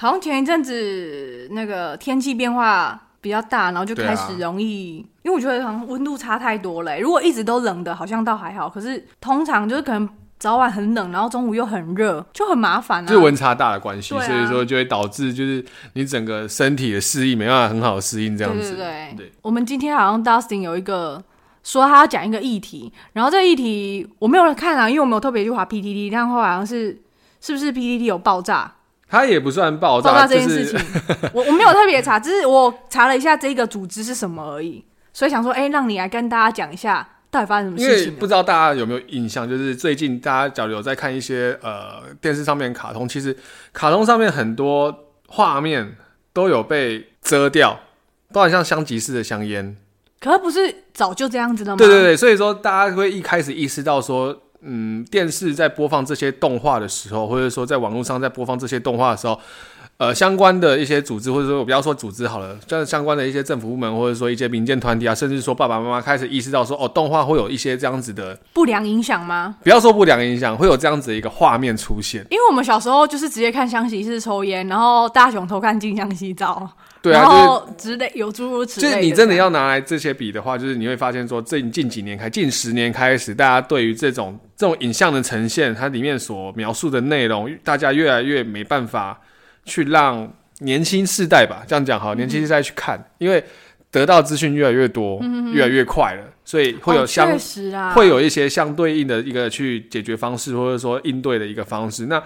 Speaker 1: 好像前一阵子那个天气变化比较大，然后就
Speaker 2: 对
Speaker 1: 开
Speaker 2: 啊
Speaker 1: 始容易，因为我觉得好像温度差太多了欸、如果一直都冷的，好像倒还好，可是通常就是可能早晚很冷，然后中午又很热，就很麻烦啊。
Speaker 2: 就是温差大的关系，
Speaker 1: 对啊
Speaker 2: 所以说就会导致就是你整个身体的适应没办法很好的适应这
Speaker 1: 对
Speaker 2: 样
Speaker 1: 对
Speaker 2: 子。
Speaker 1: 对
Speaker 2: 对
Speaker 1: 我们今天好像 Dustin 有一个说他要讲一个议题，然后这个议题我没有看啊，因为我没有特别去划 PTT，但后来好像是是不是 PTT 有爆炸？
Speaker 2: 他也不算爆
Speaker 1: 爆炸
Speaker 2: 炸，
Speaker 1: 这
Speaker 2: 哦啊
Speaker 1: 件
Speaker 2: 就
Speaker 1: 事
Speaker 2: 是
Speaker 1: 情，我我没有特别查，只是我查了一下这个组织是什么而已，所以想说，哎、让你来跟大家讲一下到底发生什么
Speaker 2: 因
Speaker 1: 事
Speaker 2: 为
Speaker 1: 情啊
Speaker 2: 不
Speaker 1: 了。
Speaker 2: 知道大家有没有印象，就是最近大家假如有在看一些呃电视上面的卡通，其实卡通上面很多画面都有被遮掉，包含像香吉士的香烟，
Speaker 1: 可是不是早就这样子的吗？
Speaker 2: 对对对，所以说大家会一开始意识到说，嗯，电视在播放这些动画的时候，或者说在网络上在播放这些动画的时候，呃，相关的一些组织，或者说我不要说组织好了，就是相关的一些政府部门，或者说一些民间团体啊，甚至说爸爸妈妈开始意识到说，哦，动画会有一些这样子的。
Speaker 1: 不良影响吗？
Speaker 2: 不要说不良影响，会有这样子的一个画面出现。
Speaker 1: 因为我们小时候就是直接看香喜是抽烟，然后大雄偷看静香洗澡，
Speaker 2: 对
Speaker 1: 然
Speaker 2: 啊，
Speaker 1: 后之类有诸如此
Speaker 2: 就是
Speaker 1: 类
Speaker 2: 就是
Speaker 1: 的
Speaker 2: 你真的要拿来这些比的话，就是你会发现说，这近几年开近十年开始，大家对于这种这种影像的呈现，它里面所描述的内容，大家越来越没办法去让年轻世代吧，这样讲
Speaker 1: 嗯
Speaker 2: 好，年轻世代去看，因为得到资讯越来越多，越来越快了，所以会有
Speaker 1: 嗯哦
Speaker 2: 相
Speaker 1: 确实啊，
Speaker 2: 会有一些相对应的一个去解决方式，或者说应对的一个方式。那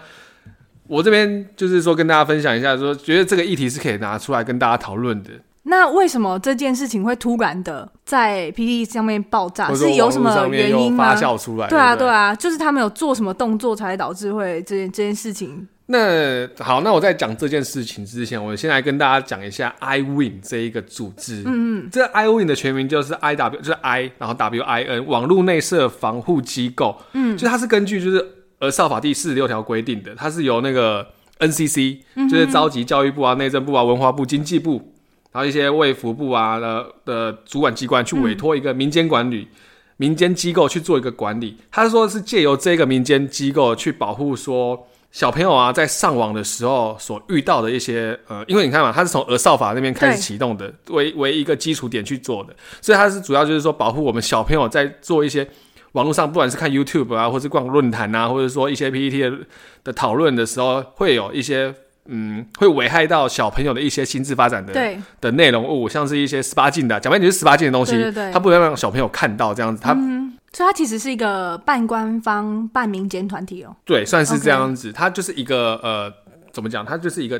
Speaker 2: 我这边就是说跟大家分享一下说觉得这个议题是可以拿出来跟大家讨论的，
Speaker 1: 那为什么这件事情会突然的在 PPT 上面爆炸？
Speaker 2: 或者说
Speaker 1: 啊是有
Speaker 2: 网
Speaker 1: 什
Speaker 2: 络
Speaker 1: 么
Speaker 2: 上面
Speaker 1: 原
Speaker 2: 又
Speaker 1: 因吗
Speaker 2: 发？酵出来？
Speaker 1: 对啊，
Speaker 2: 对
Speaker 1: 对
Speaker 2: 不对。
Speaker 1: 啊，就是他们有做什么动作才导致会这件这件事情
Speaker 2: 那好，那我在讲这件事情之前，我先来跟大家讲一下 iWin 这一个组织。嗯嗯，这 iWin 的全名就是 I W，就是 I，然后 W I N 网络内设防护机构。嗯，就它是根据就是《儿少法》第四十六条规定的，它是由那个 NCC，就是召集教育部啊、内政部啊、文化部、经济部，然后一些卫福部啊的的主管机关去委托一个民间管理。民间机构去做一个管理，他是说是借由这个民间机构去保护说小朋友啊在上网的时候所遇到的一些呃，因为你看嘛，他是从儿少法那边开始
Speaker 1: 对
Speaker 2: 启动的，为为一个基础点去做的，所以他是主要就是说保护我们小朋友在做一些网络上，不管是看 YouTube 啊，或是逛论坛啊，或者说一些 PPT 的的讨论的时候，会有一些嗯，会危害到小朋友的一些心智发展的
Speaker 1: 对
Speaker 2: 的内容物，像是一些十八禁的啊，讲白点就是十八禁的东西，
Speaker 1: 对对对
Speaker 2: 他不能让小朋友看到这样子，他、
Speaker 1: 所以它其实是一个半官方、半民间团体哦。
Speaker 2: 对算是
Speaker 1: OK
Speaker 2: 这样子，它就是一个呃，怎么讲？它就是一个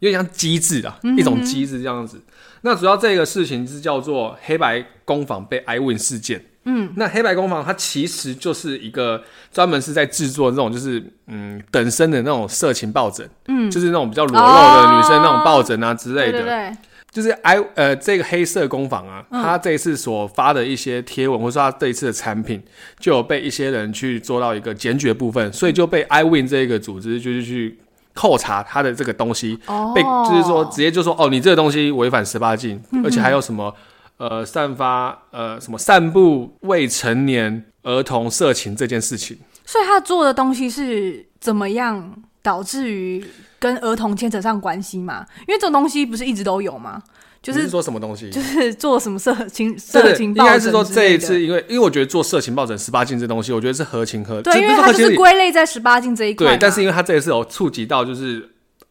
Speaker 2: 有点像机制啊，
Speaker 1: 嗯
Speaker 2: 一种机制这样子。那主要这个事情是叫做黑白工坊被 i w i n 事件，嗯，那黑白工坊它其实就是一个专门是在制作这种就是嗯等身的那种色情抱枕，嗯，就是那种比较裸露的女生那种抱枕啊之类
Speaker 1: 哦对对
Speaker 2: 的。
Speaker 1: 对，
Speaker 2: 就是 I 呃这个黑色工坊啊，
Speaker 1: 嗯
Speaker 2: 他这一次所发的一些贴文，或者说他这一次的产品，就有被一些人去做到一个检举的部分，所以就被 I Win 这个组织就是去扣查他的这个东西，
Speaker 1: 哦，
Speaker 2: 被就是说直接就说哦，你这个东西违反十八禁，
Speaker 1: 嗯
Speaker 2: 而且还有什么呃散发呃什么散布未成年儿童色情这件事情。
Speaker 1: 所以他做的东西是怎么样导致于跟儿童牵扯上关系嘛？因为这种东西不是一直都有吗？就
Speaker 2: 你
Speaker 1: 是
Speaker 2: 说什么东西？
Speaker 1: 就是做什么色情
Speaker 2: 这
Speaker 1: 色
Speaker 2: 个
Speaker 1: 情
Speaker 2: 应
Speaker 1: 报
Speaker 2: 该是说这一次，因为因为我觉得做色情抱枕十八禁这东西，我觉得是合情合理，
Speaker 1: 对，因
Speaker 2: 不
Speaker 1: 为
Speaker 2: 是
Speaker 1: 它
Speaker 2: 合
Speaker 1: 就
Speaker 2: 情
Speaker 1: 是
Speaker 2: 理，
Speaker 1: 归类在十八禁这一块嘛。
Speaker 2: 对。但是因为它这一次有触及到就是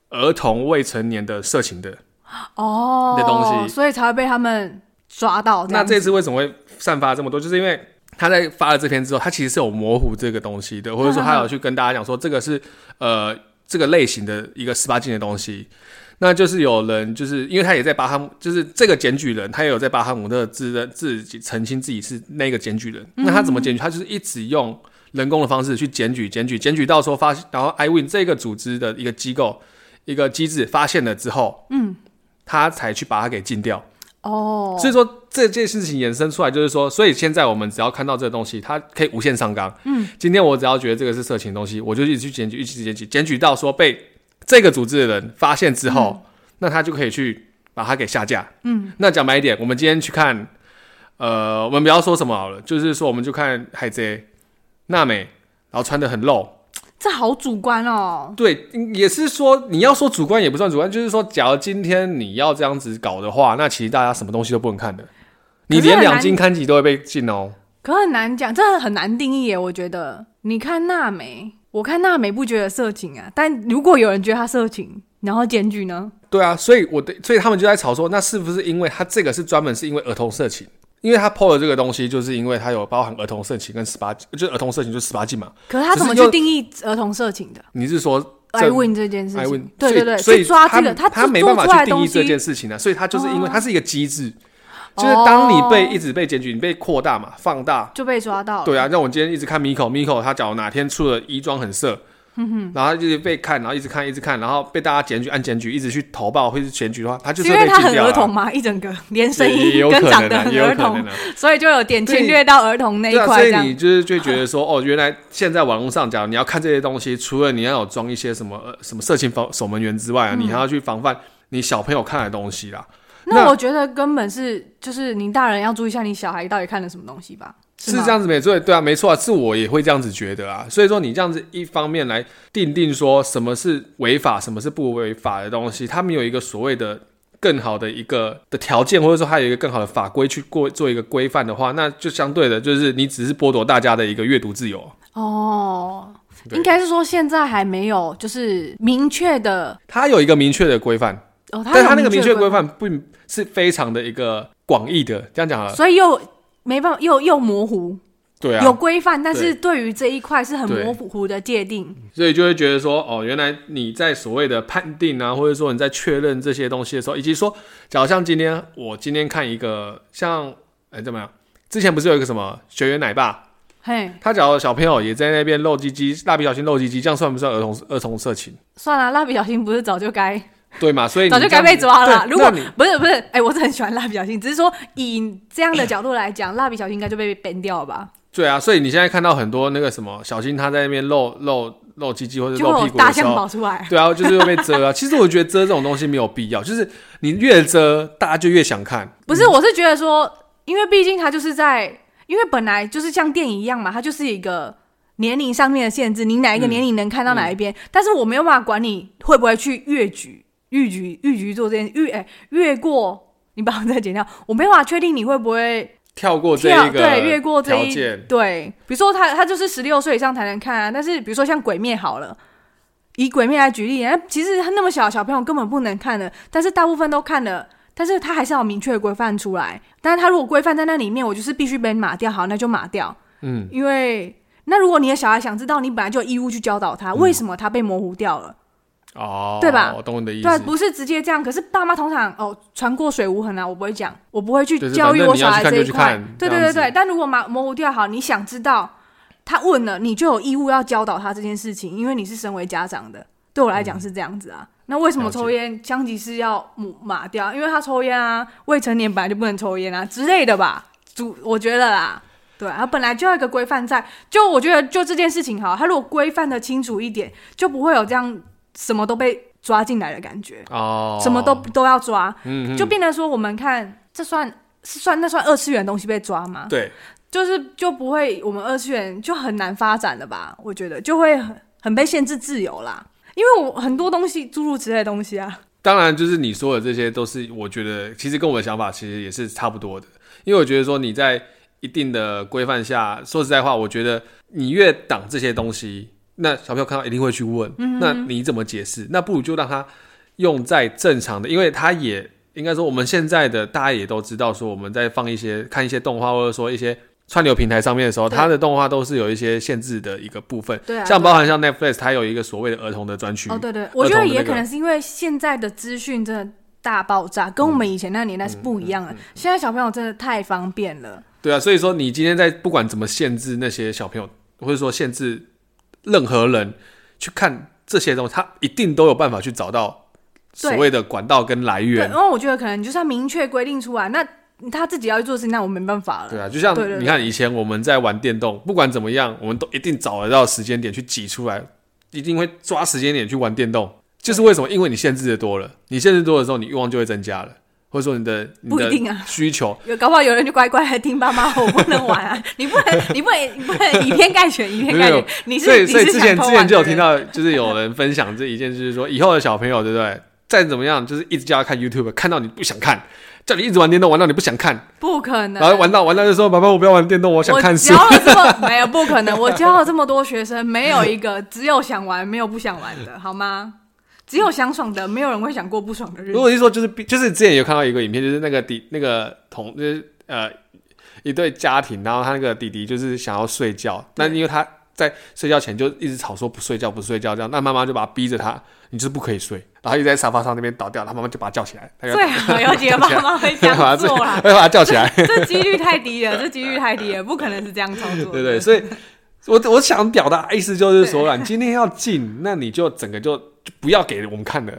Speaker 2: 儿童未成年的色情的，
Speaker 1: 哦
Speaker 2: 的东西
Speaker 1: 所以才会被他们抓到样
Speaker 2: 那
Speaker 1: 子。
Speaker 2: 这次为什么会散发这么多？就是因为他在发了这篇之后，他其实是有模糊这个东西的，或者说他有去跟大家讲说这个是呃这个类型的一个十八禁的东西。那就是有人，就是因为他也在巴哈姆，就是这个检举人，他也有在巴哈姆特自认自己澄清自己是那个检举人。那他怎么检举？他就是一直用人工的方式去检举、检举、检举，到时候发，然后 iWin 这个组织的一个机构、一个机制发现了之后，嗯，他才去把它给禁掉。
Speaker 1: 哦，
Speaker 2: 所以说这件事情衍生出来，就是说，所以现在我们只要看到这个东西，它可以无限上纲。嗯，今天我只要觉得这个是色情的东西，我就一直去检举，一直检举，检举到说被这个组织的人发现之后，那他就可以去把它给下架。嗯，那讲白一点，我们今天去看，呃，我们不要说什么好了，就是说我们就看海贼、娜美，然后穿的很露。
Speaker 1: 这好主观哦。
Speaker 2: 对，也是说你要说主观也不算主观，就是说，假如今天你要这样子搞的话，那其实大家什么东西都不能看的，你
Speaker 1: 可是
Speaker 2: 连
Speaker 1: 很
Speaker 2: 两
Speaker 1: 难
Speaker 2: 金刊集都会被禁哦。
Speaker 1: 可很难讲，这很难定义耶。我觉得，你看娜美，我看娜美不觉得色情啊，但如果有人觉得她色情，然后检举呢？
Speaker 2: 对啊，所以我的，所以他们就在吵说，那是不是因为他这个是专门是因为儿童色情？因为他 PO 的这个东西，就是因为他有包含儿童色情跟十八，就是儿童色情就十八禁嘛。
Speaker 1: 可是他怎么
Speaker 2: 只是
Speaker 1: 去
Speaker 2: 又
Speaker 1: 定义儿童色情的
Speaker 2: 你是说这
Speaker 1: ？I win 这件事
Speaker 2: I
Speaker 1: 情
Speaker 2: win，，
Speaker 1: 对对对，
Speaker 2: 所以
Speaker 1: 是抓这个，
Speaker 2: 他
Speaker 1: 他
Speaker 2: 没
Speaker 1: 做
Speaker 2: 办
Speaker 1: 出
Speaker 2: 法
Speaker 1: 来
Speaker 2: 去
Speaker 1: 的
Speaker 2: 定
Speaker 1: 东
Speaker 2: 义这
Speaker 1: 西
Speaker 2: 件事情啊，所以他就是因为
Speaker 1: 哦
Speaker 2: 它是一个机制，就是当你被
Speaker 1: 哦
Speaker 2: 一直被检举，你被扩大嘛，放大，
Speaker 1: 就被抓到了。
Speaker 2: 对啊，像我今天一直看 Miko，Miko 他假如哪天出了衣装很色，
Speaker 1: 嗯
Speaker 2: 然后他就是被看，然后一直看，一直看，然后被大家检举、按检举，一直去投报或是检举的话，他就是是
Speaker 1: 因
Speaker 2: 会
Speaker 1: 为
Speaker 2: 被
Speaker 1: 他
Speaker 2: 禁
Speaker 1: 很
Speaker 2: 掉
Speaker 1: 儿
Speaker 2: 了
Speaker 1: 童
Speaker 2: 啊。
Speaker 1: 嘛，一整个连声
Speaker 2: 也也
Speaker 1: 音
Speaker 2: 有
Speaker 1: 跟
Speaker 2: 可
Speaker 1: 长
Speaker 2: 能
Speaker 1: 得
Speaker 2: 啊，
Speaker 1: 很
Speaker 2: 也有
Speaker 1: 儿
Speaker 2: 可
Speaker 1: 童
Speaker 2: 能，啊。 (laughs)
Speaker 1: 所以就有点
Speaker 2: 对
Speaker 1: 侵略到儿童那一
Speaker 2: 对啊，
Speaker 1: 块
Speaker 2: 所
Speaker 1: 这
Speaker 2: 以
Speaker 1: 样
Speaker 2: 你。就是就会觉得说，哦，原来现在网络上讲你要看这些东西，除了你要有装一些什么呃什么色情防守门员之外啊，你还要去防范你小朋友看的东西啦。啊
Speaker 1: 那
Speaker 2: 那
Speaker 1: 我觉得根本是就是你大人要注意一下你小孩到底看了什么东西吧，
Speaker 2: 是
Speaker 1: 吗
Speaker 2: 这样子没错，对啊，没错啊，是我也会这样子觉得啊。所以说，你这样子一方面来定定说什么是违法，什么是不违法的东西，他们有一个所谓的更好的一个的条件，或者说它有一个更好的法规去过做一个规范的话，那就相对的，就是你只是剥夺大家的一个阅读自由。
Speaker 1: 哦。
Speaker 2: 对
Speaker 1: 应该是说现在还没有就是明确的
Speaker 2: 它有一个明确的规范，
Speaker 1: 哦，他
Speaker 2: 但它
Speaker 1: 有
Speaker 2: 那个明确
Speaker 1: 确
Speaker 2: 的规，范并是非常的一个广义的，这样讲好了，
Speaker 1: 所以又没办法又又模糊，
Speaker 2: 对啊，
Speaker 1: 有规范，但是对于这一块是很
Speaker 2: 对
Speaker 1: 模糊的界定。
Speaker 2: 所以就会觉得说，哦，原来你在所谓的判定啊，或者说你在确认这些东西的时候，以及说，假如像今天我今天看一个像，哎，怎么样？之前不是有一个什么学员奶爸，
Speaker 1: 嘿，
Speaker 2: 他假如小朋友也在那边露鸡鸡，蜡笔小新露鸡鸡，这样算不算儿童儿童色情？
Speaker 1: 算了，蜡笔小新不是早就该 (laughs)
Speaker 2: 对嘛？所以你
Speaker 1: 早就
Speaker 2: 这样
Speaker 1: 该被抓了啦。
Speaker 2: 对
Speaker 1: 如果
Speaker 2: 那你
Speaker 1: 不是不是，哎、我是很喜欢蜡笔小新，只是说以这样的角度来讲，蜡笔小新应该就被 ban 掉了吧？
Speaker 2: 对啊，所以你现在看到很多那个什么小新他在那边露露露鸡鸡或者
Speaker 1: 就会
Speaker 2: 露
Speaker 1: 有
Speaker 2: 屁股
Speaker 1: 大
Speaker 2: 的时
Speaker 1: 象
Speaker 2: 候
Speaker 1: 跑，出来。
Speaker 2: 对啊，就是会被遮啊。其实我觉得遮这种东西没有必要，就是你越遮，大家就越想看。
Speaker 1: 不是，我是觉得说，因为毕竟他就是在，因为本来就是像电影一样嘛，它就是一个年龄上面的限制，你哪一个
Speaker 2: 嗯
Speaker 1: 年龄能看到哪一边，但是我没有办法管你会不会去越局、越局、越局做这件越哎、越过。你把我再剪掉，我没有办法确定你会不会
Speaker 2: 跳过这
Speaker 1: 跳
Speaker 2: 一个
Speaker 1: 对越过这
Speaker 2: 条
Speaker 1: 一
Speaker 2: 件，
Speaker 1: 对，比如说他他就是十六岁以上才能看啊，但是比如说像《鬼灭》好了，以《鬼灭》来举例，那其实他那么小的小朋友根本不能看的，但是大部分都看了，但是他还是要有明确的规范出来。但是他如果规范在那里面，我就是必须被码掉，好，那就码掉，
Speaker 2: 嗯，
Speaker 1: 因
Speaker 2: 嗯
Speaker 1: 为那如果你的小孩想知道，你本来就有义务去教导他，为什么他被模糊掉了？
Speaker 2: 哦，
Speaker 1: 对吧
Speaker 2: 我懂你的意思。
Speaker 1: 对，啊不是直接这样。可是爸妈通常哦，船过水无痕啊，我不会讲，我不会去
Speaker 2: 就是
Speaker 1: 教育
Speaker 2: 反正
Speaker 1: 我
Speaker 2: 你
Speaker 1: 小
Speaker 2: 要
Speaker 1: 孩
Speaker 2: 去看
Speaker 1: 这
Speaker 2: 就
Speaker 1: 一
Speaker 2: 去
Speaker 1: 块
Speaker 2: 看。
Speaker 1: 对
Speaker 2: 这
Speaker 1: 对
Speaker 2: 样
Speaker 1: 对
Speaker 2: 子
Speaker 1: 对，但如果模模糊掉好，你想知道，他问了，你就有义务要教导他这件事情，因为你是身为家长的。对我来讲是这样子啊。那为什么
Speaker 2: 嗯了解
Speaker 1: 抽烟枪击是要抹码掉？因为他抽烟啊，未成年本来就不能抽烟啊之类的吧。主我觉得啦，对，他本来就要一个规范在。就我觉得就这件事情好，他如果规范的清楚一点，就不会有这样什么都被抓进来的感觉。
Speaker 2: 哦，
Speaker 1: 什么都都要抓，
Speaker 2: 嗯，嗯
Speaker 1: 就变得说我们看这算是算那算二次元的东西被抓吗？
Speaker 2: 对，
Speaker 1: 就是就不会我们二次元就很难发展了吧？我觉得就会很很被限制自由啦，因为我很多东西诸如此类的东西啊，
Speaker 2: 当然，就是你说的这些，都是我觉得其实跟我的想法其实也是差不多的。因为我觉得说你在一定的规范下，说实在话，我觉得你越挡这些东西，那小朋友看到一定会去问，
Speaker 1: 嗯
Speaker 2: 那你怎么解释？那不如就让他用在正常的，因为他也应该说我们现在的大家也都知道，说我们在放一些看一些动画，或者说一些串流平台上面的时候，
Speaker 1: 对
Speaker 2: 它的动画都是有一些限制的一个部分。
Speaker 1: 对啊
Speaker 2: 像包含像 Netflix，它有一个所谓的儿童的专区。
Speaker 1: 哦对对，
Speaker 2: 童
Speaker 1: 我
Speaker 2: 的
Speaker 1: 觉得
Speaker 2: 那
Speaker 1: 也
Speaker 2: 个
Speaker 1: 可能是因为现在的资讯真的大爆炸，跟我
Speaker 2: 嗯
Speaker 1: 们以前那个年代是不一样的，现在小朋友真的太方便了。
Speaker 2: 对啊，所以说你今天在不管怎么限制那些小朋友，或者说限制任何人去看这些东西，他一定都有办法去找到所谓的管道跟来
Speaker 1: 对，
Speaker 2: 源
Speaker 1: 因。为我觉得可能你就是要明确规定出来，那他自己要去做的事情，那我没办法了。
Speaker 2: 对啊，就像
Speaker 1: 对对对
Speaker 2: 你看以前我们在玩电动，不管怎么样，我们都一定找得到时间点去挤出来，一定会抓时间点去玩电动。就是为什么？因为你限制的多了，你限制多的时候，你欲望就会增加了，或者说你的你
Speaker 1: 不一
Speaker 2: 的
Speaker 1: 定啊
Speaker 2: 需求。
Speaker 1: 有搞不好有人就乖乖的听爸妈，我不能玩啊！ (laughs) 你不能，你不能，你不能以偏概全，以偏概
Speaker 2: 没有
Speaker 1: 全。你是
Speaker 2: 所以
Speaker 1: 你
Speaker 2: 所以
Speaker 1: 是
Speaker 2: 之
Speaker 1: 想
Speaker 2: 前
Speaker 1: 偷
Speaker 2: 之
Speaker 1: 玩
Speaker 2: 前就有
Speaker 1: 的人
Speaker 2: 听到，就是有人分享这一件事，就是说以后的小朋友，对不对？再怎么样，就是一直叫他看 YouTube，看到你不想看，叫你一直玩电动，玩到你不想看，
Speaker 1: 不可能，
Speaker 2: 然后玩到玩到就说：“爸爸，我不要玩电动，我想看书
Speaker 1: 我。教了这么没有不可能，我教了这么多学生，没有一个只有想玩，没有不想玩的，好吗？只有想爽的，没有人会想过不爽的”日
Speaker 2: 如
Speaker 1: 子。
Speaker 2: 果是说就是就是之前有看到一个影片，就是那个弟那个同就是呃一对家庭，然后他那个弟弟就是想要睡觉，那
Speaker 1: 对
Speaker 2: 因为他在睡觉前就一直吵说不睡觉不睡觉这样，那妈妈就把他逼着他，你就是不可以睡，然后他就在沙发上那边倒掉，他妈妈就把他叫起来，他就
Speaker 1: 最好有几个爸妈会这样
Speaker 2: (laughs)
Speaker 1: 做啦，
Speaker 2: 把他叫起来。
Speaker 1: 这几率太低了，这几率太低了，不可能是这样操作的。
Speaker 2: 对不对？所以 (laughs) 我我想表达的意思就是说啦，你今天要进，那你就整个就就不要给我们看了。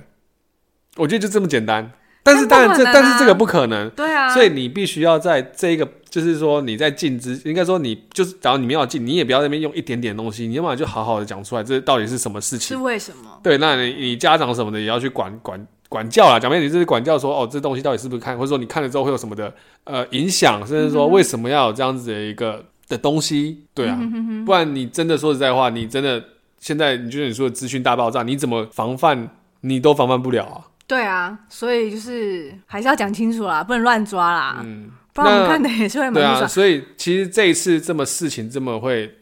Speaker 2: 我觉得就这么简单。但是
Speaker 1: 但不
Speaker 2: 当然这、
Speaker 1: 可能啊
Speaker 2: 但是这个不可能，
Speaker 1: 对啊，
Speaker 2: 所以你必须要在这一个就是说你在进之，应该说你就是假如你没有进，你也不要在那边用一点点东西，你要么就好好的讲出来，这到底是什么事
Speaker 1: 是
Speaker 2: 情。
Speaker 1: 为什么？
Speaker 2: 对，那你你家长什么的也要去管管管教啦，讲白一点你就是管教说哦，这东西到底是不是看，或者说你看了之后会有什么的呃影响，甚至说为什么要有这样子的一个的东西，对啊，不然你真的说实在话，你真的现在你就是你说的资讯大爆炸，你怎么防范你都防范不了啊，
Speaker 1: 对啊，所以就是还是要讲清楚啦，不能乱抓啦。
Speaker 2: 嗯，
Speaker 1: 不然我们
Speaker 2: 那
Speaker 1: 看的也是会蛮
Speaker 2: 对
Speaker 1: 不
Speaker 2: 啊，
Speaker 1: 爽。
Speaker 2: 所以其实这一次这么事情这么会，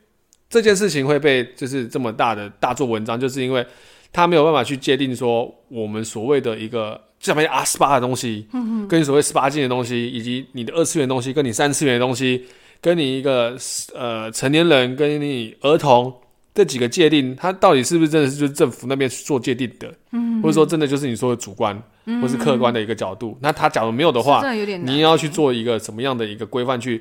Speaker 2: 这件事情会被就是这么大的大做文章，就是因为他没有办法去界定说我们所谓的一个这边阿十八的东西，跟你所谓十八禁的东西，以及你的二次元的东西，跟你三次元的东西，跟你一个呃成年人跟你儿童。这几个界定，它到底是不是真的是就是政府那边做界定的，嗯、或者说真的就是你说的主观、或是客观的一个角度？那他假如没有的话
Speaker 1: 是，真的有点难
Speaker 2: 你要去做一个什么样的一个规范去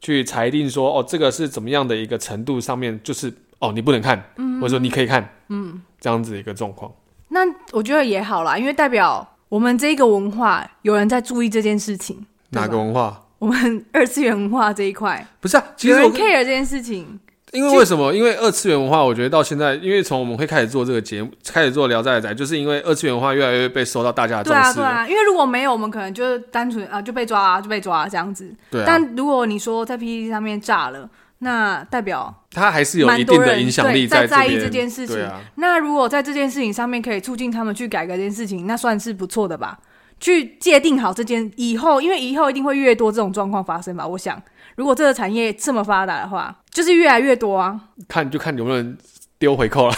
Speaker 2: 去裁定说，哦，这个是怎么样的一个程度上面，就是哦，你不能看，或者说你可以看，嗯，这样子的一个状况。
Speaker 1: 那我觉得也好啦，因为代表我们这个文化有人在注意这件事情，对吧
Speaker 2: 哪个文化？
Speaker 1: 我们二次元文化这一块，
Speaker 2: 不是啊，其
Speaker 1: 有
Speaker 2: 实
Speaker 1: 人
Speaker 2: 我
Speaker 1: care 这件事情，
Speaker 2: 因为为什么？因为二次元文化，我觉得到现在，因为从我们会开始做这个节目，开始做《聊斋宅》，就是因为二次元文化越来越被受到大家的
Speaker 1: 对
Speaker 2: 重
Speaker 1: 啊
Speaker 2: 视
Speaker 1: 对
Speaker 2: 了。
Speaker 1: 啊，因为如果没有，我们可能就是单纯啊就被抓啊就被抓啊这样子。
Speaker 2: 对啊，
Speaker 1: 但如果你说在 PPT 上面炸了，那代表
Speaker 2: 它还是有
Speaker 1: 蛮
Speaker 2: 一
Speaker 1: 多
Speaker 2: 定的
Speaker 1: 人
Speaker 2: 影响
Speaker 1: 对
Speaker 2: 力
Speaker 1: 在
Speaker 2: 这
Speaker 1: 意
Speaker 2: 边
Speaker 1: 这件事情
Speaker 2: 对啊，
Speaker 1: 那如果在这件事情上面可以促进他们去改革这件事情，那算是不错的吧。去界定好这件以后，因为以后一定会越多这种状况发生吧。我想，如果这个产业这么发达的话，就是越来越多啊。
Speaker 2: 看就看有没有人丢回扣了。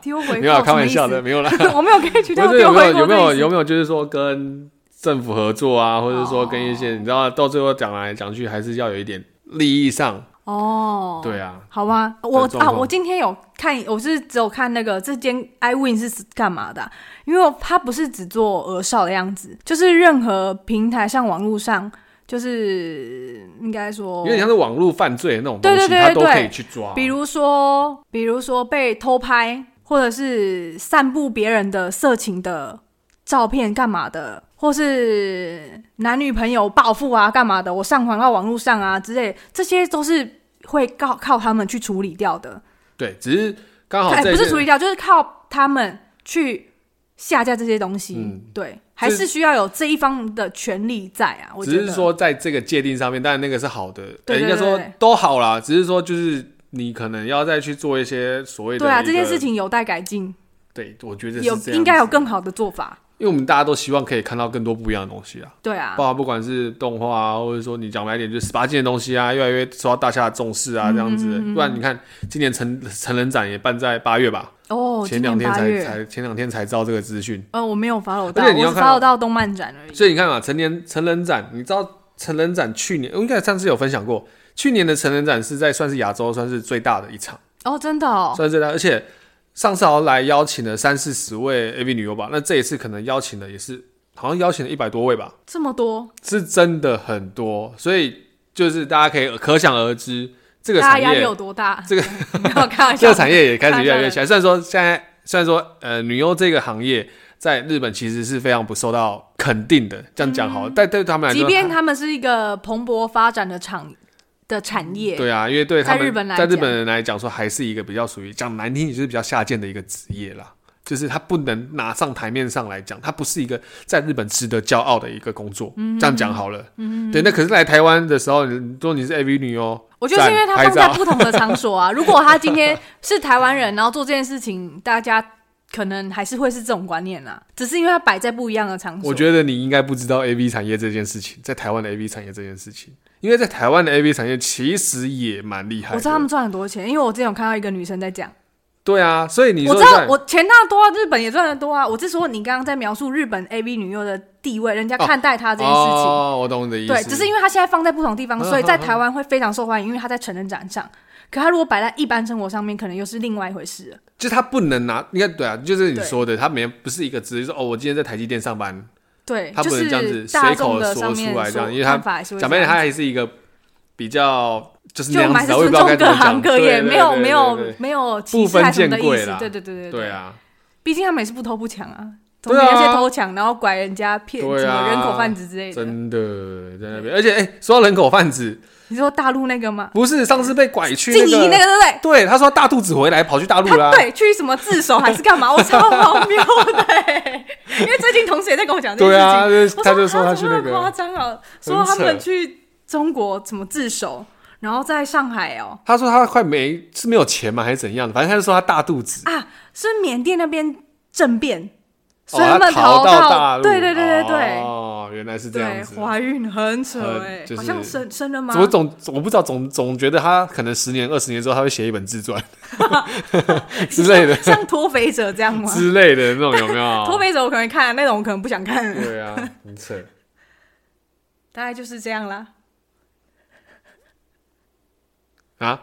Speaker 1: 丢回扣
Speaker 2: (laughs) 没有啊，开玩笑
Speaker 1: 什
Speaker 2: 的，
Speaker 1: 么
Speaker 2: 没有啦
Speaker 1: 意。 (laughs) 思，我没有 (laughs) get
Speaker 2: 不
Speaker 1: 到
Speaker 2: 是有
Speaker 1: 丢
Speaker 2: 没
Speaker 1: 回
Speaker 2: 有
Speaker 1: 扣这意
Speaker 2: 有没有
Speaker 1: 思
Speaker 2: 有没有就是说跟政
Speaker 1: 哦
Speaker 2: 府合作啊，或者说跟一些、你知道到最后讲来讲去还是要有一点利益上
Speaker 1: 哦，
Speaker 2: 对啊，
Speaker 1: 好吧，我
Speaker 2: 状
Speaker 1: 啊，
Speaker 2: 况
Speaker 1: 我今天有看，我是只有看那个这间 iWin 是干嘛的啊、因为它不是只做额少的样子，就是任何平台上、网络上，就是嗯应该说
Speaker 2: 有，点像是网络犯罪的那种东
Speaker 1: 哦对
Speaker 2: 西，
Speaker 1: 对对
Speaker 2: 他都
Speaker 1: 对
Speaker 2: 可以去抓。
Speaker 1: 比如说，比如说被偷拍，或者是散布别人的色情的照片干嘛的，或是男女朋友报复啊干嘛的，我上传到网络上啊之类，这些都是会靠靠他们去处理掉的。
Speaker 2: 对，只是刚好
Speaker 1: 哎，
Speaker 2: 这
Speaker 1: 不是
Speaker 2: 件
Speaker 1: 处理掉，就是靠他们去下架这些东西。
Speaker 2: 嗯
Speaker 1: 对，还是需要有这一方的权利在啊。我觉得
Speaker 2: 只是说在这个界定上面，当然那个是好的，
Speaker 1: 对
Speaker 2: 呃应该
Speaker 1: 对
Speaker 2: 说
Speaker 1: 对
Speaker 2: 都好啦。只是说就是你可能要再去做一些所谓的
Speaker 1: 对啊，
Speaker 2: 一
Speaker 1: 这件
Speaker 2: 个
Speaker 1: 事，情有待改进，
Speaker 2: 对我觉得是
Speaker 1: 有
Speaker 2: 这样
Speaker 1: 应该有
Speaker 2: 子，
Speaker 1: 更好的做法。
Speaker 2: 因为我们大家都希望可以看到更多不一样的东西啊，
Speaker 1: 对啊，
Speaker 2: 包括不管是动画啊，或者说你讲白一点就是十八禁的东西啊，越来越受到大家的重视啊，这样
Speaker 1: 嗯
Speaker 2: 子。不然你看今年成成人展也办在八月吧，
Speaker 1: 哦，今
Speaker 2: 前两
Speaker 1: 年
Speaker 2: 天
Speaker 1: 八
Speaker 2: 才
Speaker 1: 月，
Speaker 2: 才前两天才知道这个资讯。
Speaker 1: 呃，我没有 follow 到，
Speaker 2: 而且你
Speaker 1: 我
Speaker 2: 要
Speaker 1: 只
Speaker 2: 看哦
Speaker 1: follow 到动漫展而已。
Speaker 2: 所以你看啊，成年成人展，你知道成人展去年应该上次有分享过，去年的成人展是在算是亚洲算是最大的一场，
Speaker 1: 哦，真的哦，
Speaker 2: 算是最大，而且上次好像来邀请了三四十位 AV 女优吧，那这一次可能邀请的也是好像邀请了一百多位吧，
Speaker 1: 这么多，
Speaker 2: 是真的很多，所以就是大家可以可想而知，这个
Speaker 1: 大家
Speaker 2: 产
Speaker 1: 压力
Speaker 2: 业
Speaker 1: 有多大？
Speaker 2: 这个
Speaker 1: (laughs) 没有开玩
Speaker 2: 这
Speaker 1: 笑，
Speaker 2: 个产业也开始越来越起来。虽然说现在，虽然说呃，女优这个行业在日本其实是非常不受到肯定的，这样讲好了，但对他们来
Speaker 1: 嗯
Speaker 2: 说，
Speaker 1: 即便他们是一个蓬勃发展的场的产业，
Speaker 2: 对啊，因为对他们
Speaker 1: 在日本来
Speaker 2: 在
Speaker 1: 讲
Speaker 2: 日本人来讲说，还是一个比较属于讲难听，也就是比较下贱的一个职业啦。就是他不能拿上台面上来讲，他不是一个在日本值得骄傲的一个工作。这样讲
Speaker 1: 嗯
Speaker 2: 好了，对。那可是来台湾的时候，你你说你是 AV 女优，
Speaker 1: 我觉得是因为他
Speaker 2: 赞
Speaker 1: 放在
Speaker 2: 拍照
Speaker 1: 不同的场所
Speaker 2: (laughs)
Speaker 1: 啊。如果他今天是台湾人，然后做这件事情，大家可能还是会是这种观念啦。只是因为他摆在不一样的场所，
Speaker 2: 我觉得你应该不知道 A V 产业这件事情，在台湾的 A V 产业这件事情，因为在台湾的 A V 产业其实也蛮厉害的。
Speaker 1: 我知道他们赚很多钱，因为我之前有看到一个女生在讲，
Speaker 2: 对啊，所以你
Speaker 1: 我
Speaker 2: 说
Speaker 1: 知道
Speaker 2: 在
Speaker 1: 我钱那多，日本也赚得多啊。我是说你刚刚在描述日本 AV 女优的地位，人家看待她这件事情。
Speaker 2: 哦，我懂你的意思。
Speaker 1: 对，只是因为他现在放在不同地方，
Speaker 2: 嗯
Speaker 1: 所以在
Speaker 2: 嗯嗯
Speaker 1: 台湾会非常受欢迎，因为他在成人展上。可他如果摆在一般生活上面，可能又是另外一回事了。
Speaker 2: 就是他不能拿，应该对啊，就是你
Speaker 1: 对
Speaker 2: 说的，他没不是一个职业，说哦，我今天在台积电上班，
Speaker 1: 对，
Speaker 2: 他不
Speaker 1: 就
Speaker 2: 能
Speaker 1: 是
Speaker 2: 这样子
Speaker 1: 大
Speaker 2: 随口
Speaker 1: 众的
Speaker 2: 说
Speaker 1: 上
Speaker 2: 出
Speaker 1: 面
Speaker 2: 来这样
Speaker 1: 所
Speaker 2: 因为他
Speaker 1: 看法还是会
Speaker 2: 讲
Speaker 1: 这
Speaker 2: 白
Speaker 1: 样
Speaker 2: 点，他还是一个比较就是
Speaker 1: 就
Speaker 2: 那
Speaker 1: 我
Speaker 2: 样
Speaker 1: 们还是
Speaker 2: 子啊，我也
Speaker 1: 尊
Speaker 2: 不知道该
Speaker 1: 重各
Speaker 2: 怎么
Speaker 1: 行
Speaker 2: 讲，
Speaker 1: 各业，
Speaker 2: 对
Speaker 1: 没有没有
Speaker 2: 对对对
Speaker 1: 没有歧视还是什么的意
Speaker 2: 不分见贵
Speaker 1: 思
Speaker 2: 啦。
Speaker 1: 对对对对
Speaker 2: 对，啊，
Speaker 1: 毕竟他们也是不偷不抢啊，总
Speaker 2: 对
Speaker 1: 比
Speaker 2: 啊
Speaker 1: 那些偷抢然后拐人家骗什
Speaker 2: 对
Speaker 1: 么
Speaker 2: 啊
Speaker 1: 人口贩子之类的。
Speaker 2: 真的在那边，而且哎，说到人口贩子，
Speaker 1: 你说大陆那个吗？
Speaker 2: 不是上次被拐去
Speaker 1: 静怡那
Speaker 2: 个
Speaker 1: 个对不对？
Speaker 2: 对，他说大肚子回来跑去大陆啦、
Speaker 1: 他对去什么自首还是
Speaker 2: (laughs)
Speaker 1: 干嘛？我超荒谬的 (laughs) 欸、因为最近同学也在跟我讲这
Speaker 2: 对
Speaker 1: 件事
Speaker 2: 啊，
Speaker 1: 情，
Speaker 2: 就
Speaker 1: 我
Speaker 2: 他就说
Speaker 1: 啊
Speaker 2: 他去
Speaker 1: 怎么
Speaker 2: 那
Speaker 1: 么夸
Speaker 2: 个，
Speaker 1: 张啊，
Speaker 2: 很
Speaker 1: 说他们
Speaker 2: 扯
Speaker 1: 去中国怎么自首，然后在上海哦
Speaker 2: 他说他快没是没有钱吗还是怎样的，反正他就说他大肚子，
Speaker 1: 啊，是缅甸那边政变，
Speaker 2: 哦
Speaker 1: 所以们逃
Speaker 2: 逃到大陆，
Speaker 1: 对对对对对。
Speaker 2: 哦，原来是这样
Speaker 1: 对，
Speaker 2: 子。
Speaker 1: 怀孕很扯
Speaker 2: 呃
Speaker 1: 哎、
Speaker 2: 就是
Speaker 1: 好像生生了吗
Speaker 2: 怎？么总我不知道总总觉得他可能十年二十年之后他会写一本
Speaker 1: (laughs)
Speaker 2: 自传 (laughs) 之类的
Speaker 1: 像脱肥者这样吗？
Speaker 2: 之类的那种有没
Speaker 1: (laughs) 脱
Speaker 2: 有？
Speaker 1: 肥者我可能看，那种我可能不想看，
Speaker 2: 对啊，很扯。
Speaker 1: 大概就是这样啦。 (laughs)
Speaker 2: 啊，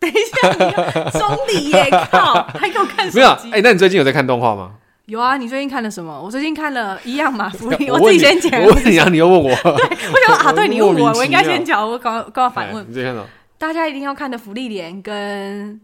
Speaker 1: 等一下，你要中理耶，靠，还给我看手
Speaker 2: 没有啊
Speaker 1: 机
Speaker 2: 哎、那你最近有在看动画吗？
Speaker 1: 有啊，你最近看了什么？我最近看了《一样马福利》，
Speaker 2: (laughs) 我
Speaker 1: 自
Speaker 2: 问
Speaker 1: 己
Speaker 2: 你，
Speaker 1: 先讲。
Speaker 2: 我问你啊，你又问
Speaker 1: (laughs)
Speaker 2: 我，
Speaker 1: 我想说啊，对你
Speaker 2: 莫
Speaker 1: 问
Speaker 2: 名
Speaker 1: 我，
Speaker 2: 其
Speaker 1: 我应该
Speaker 2: 妙
Speaker 1: 先讲，我刚刚要反问
Speaker 2: 哎 (laughs) 你最近看什么？
Speaker 1: 大家一定要看的《福利莲》跟《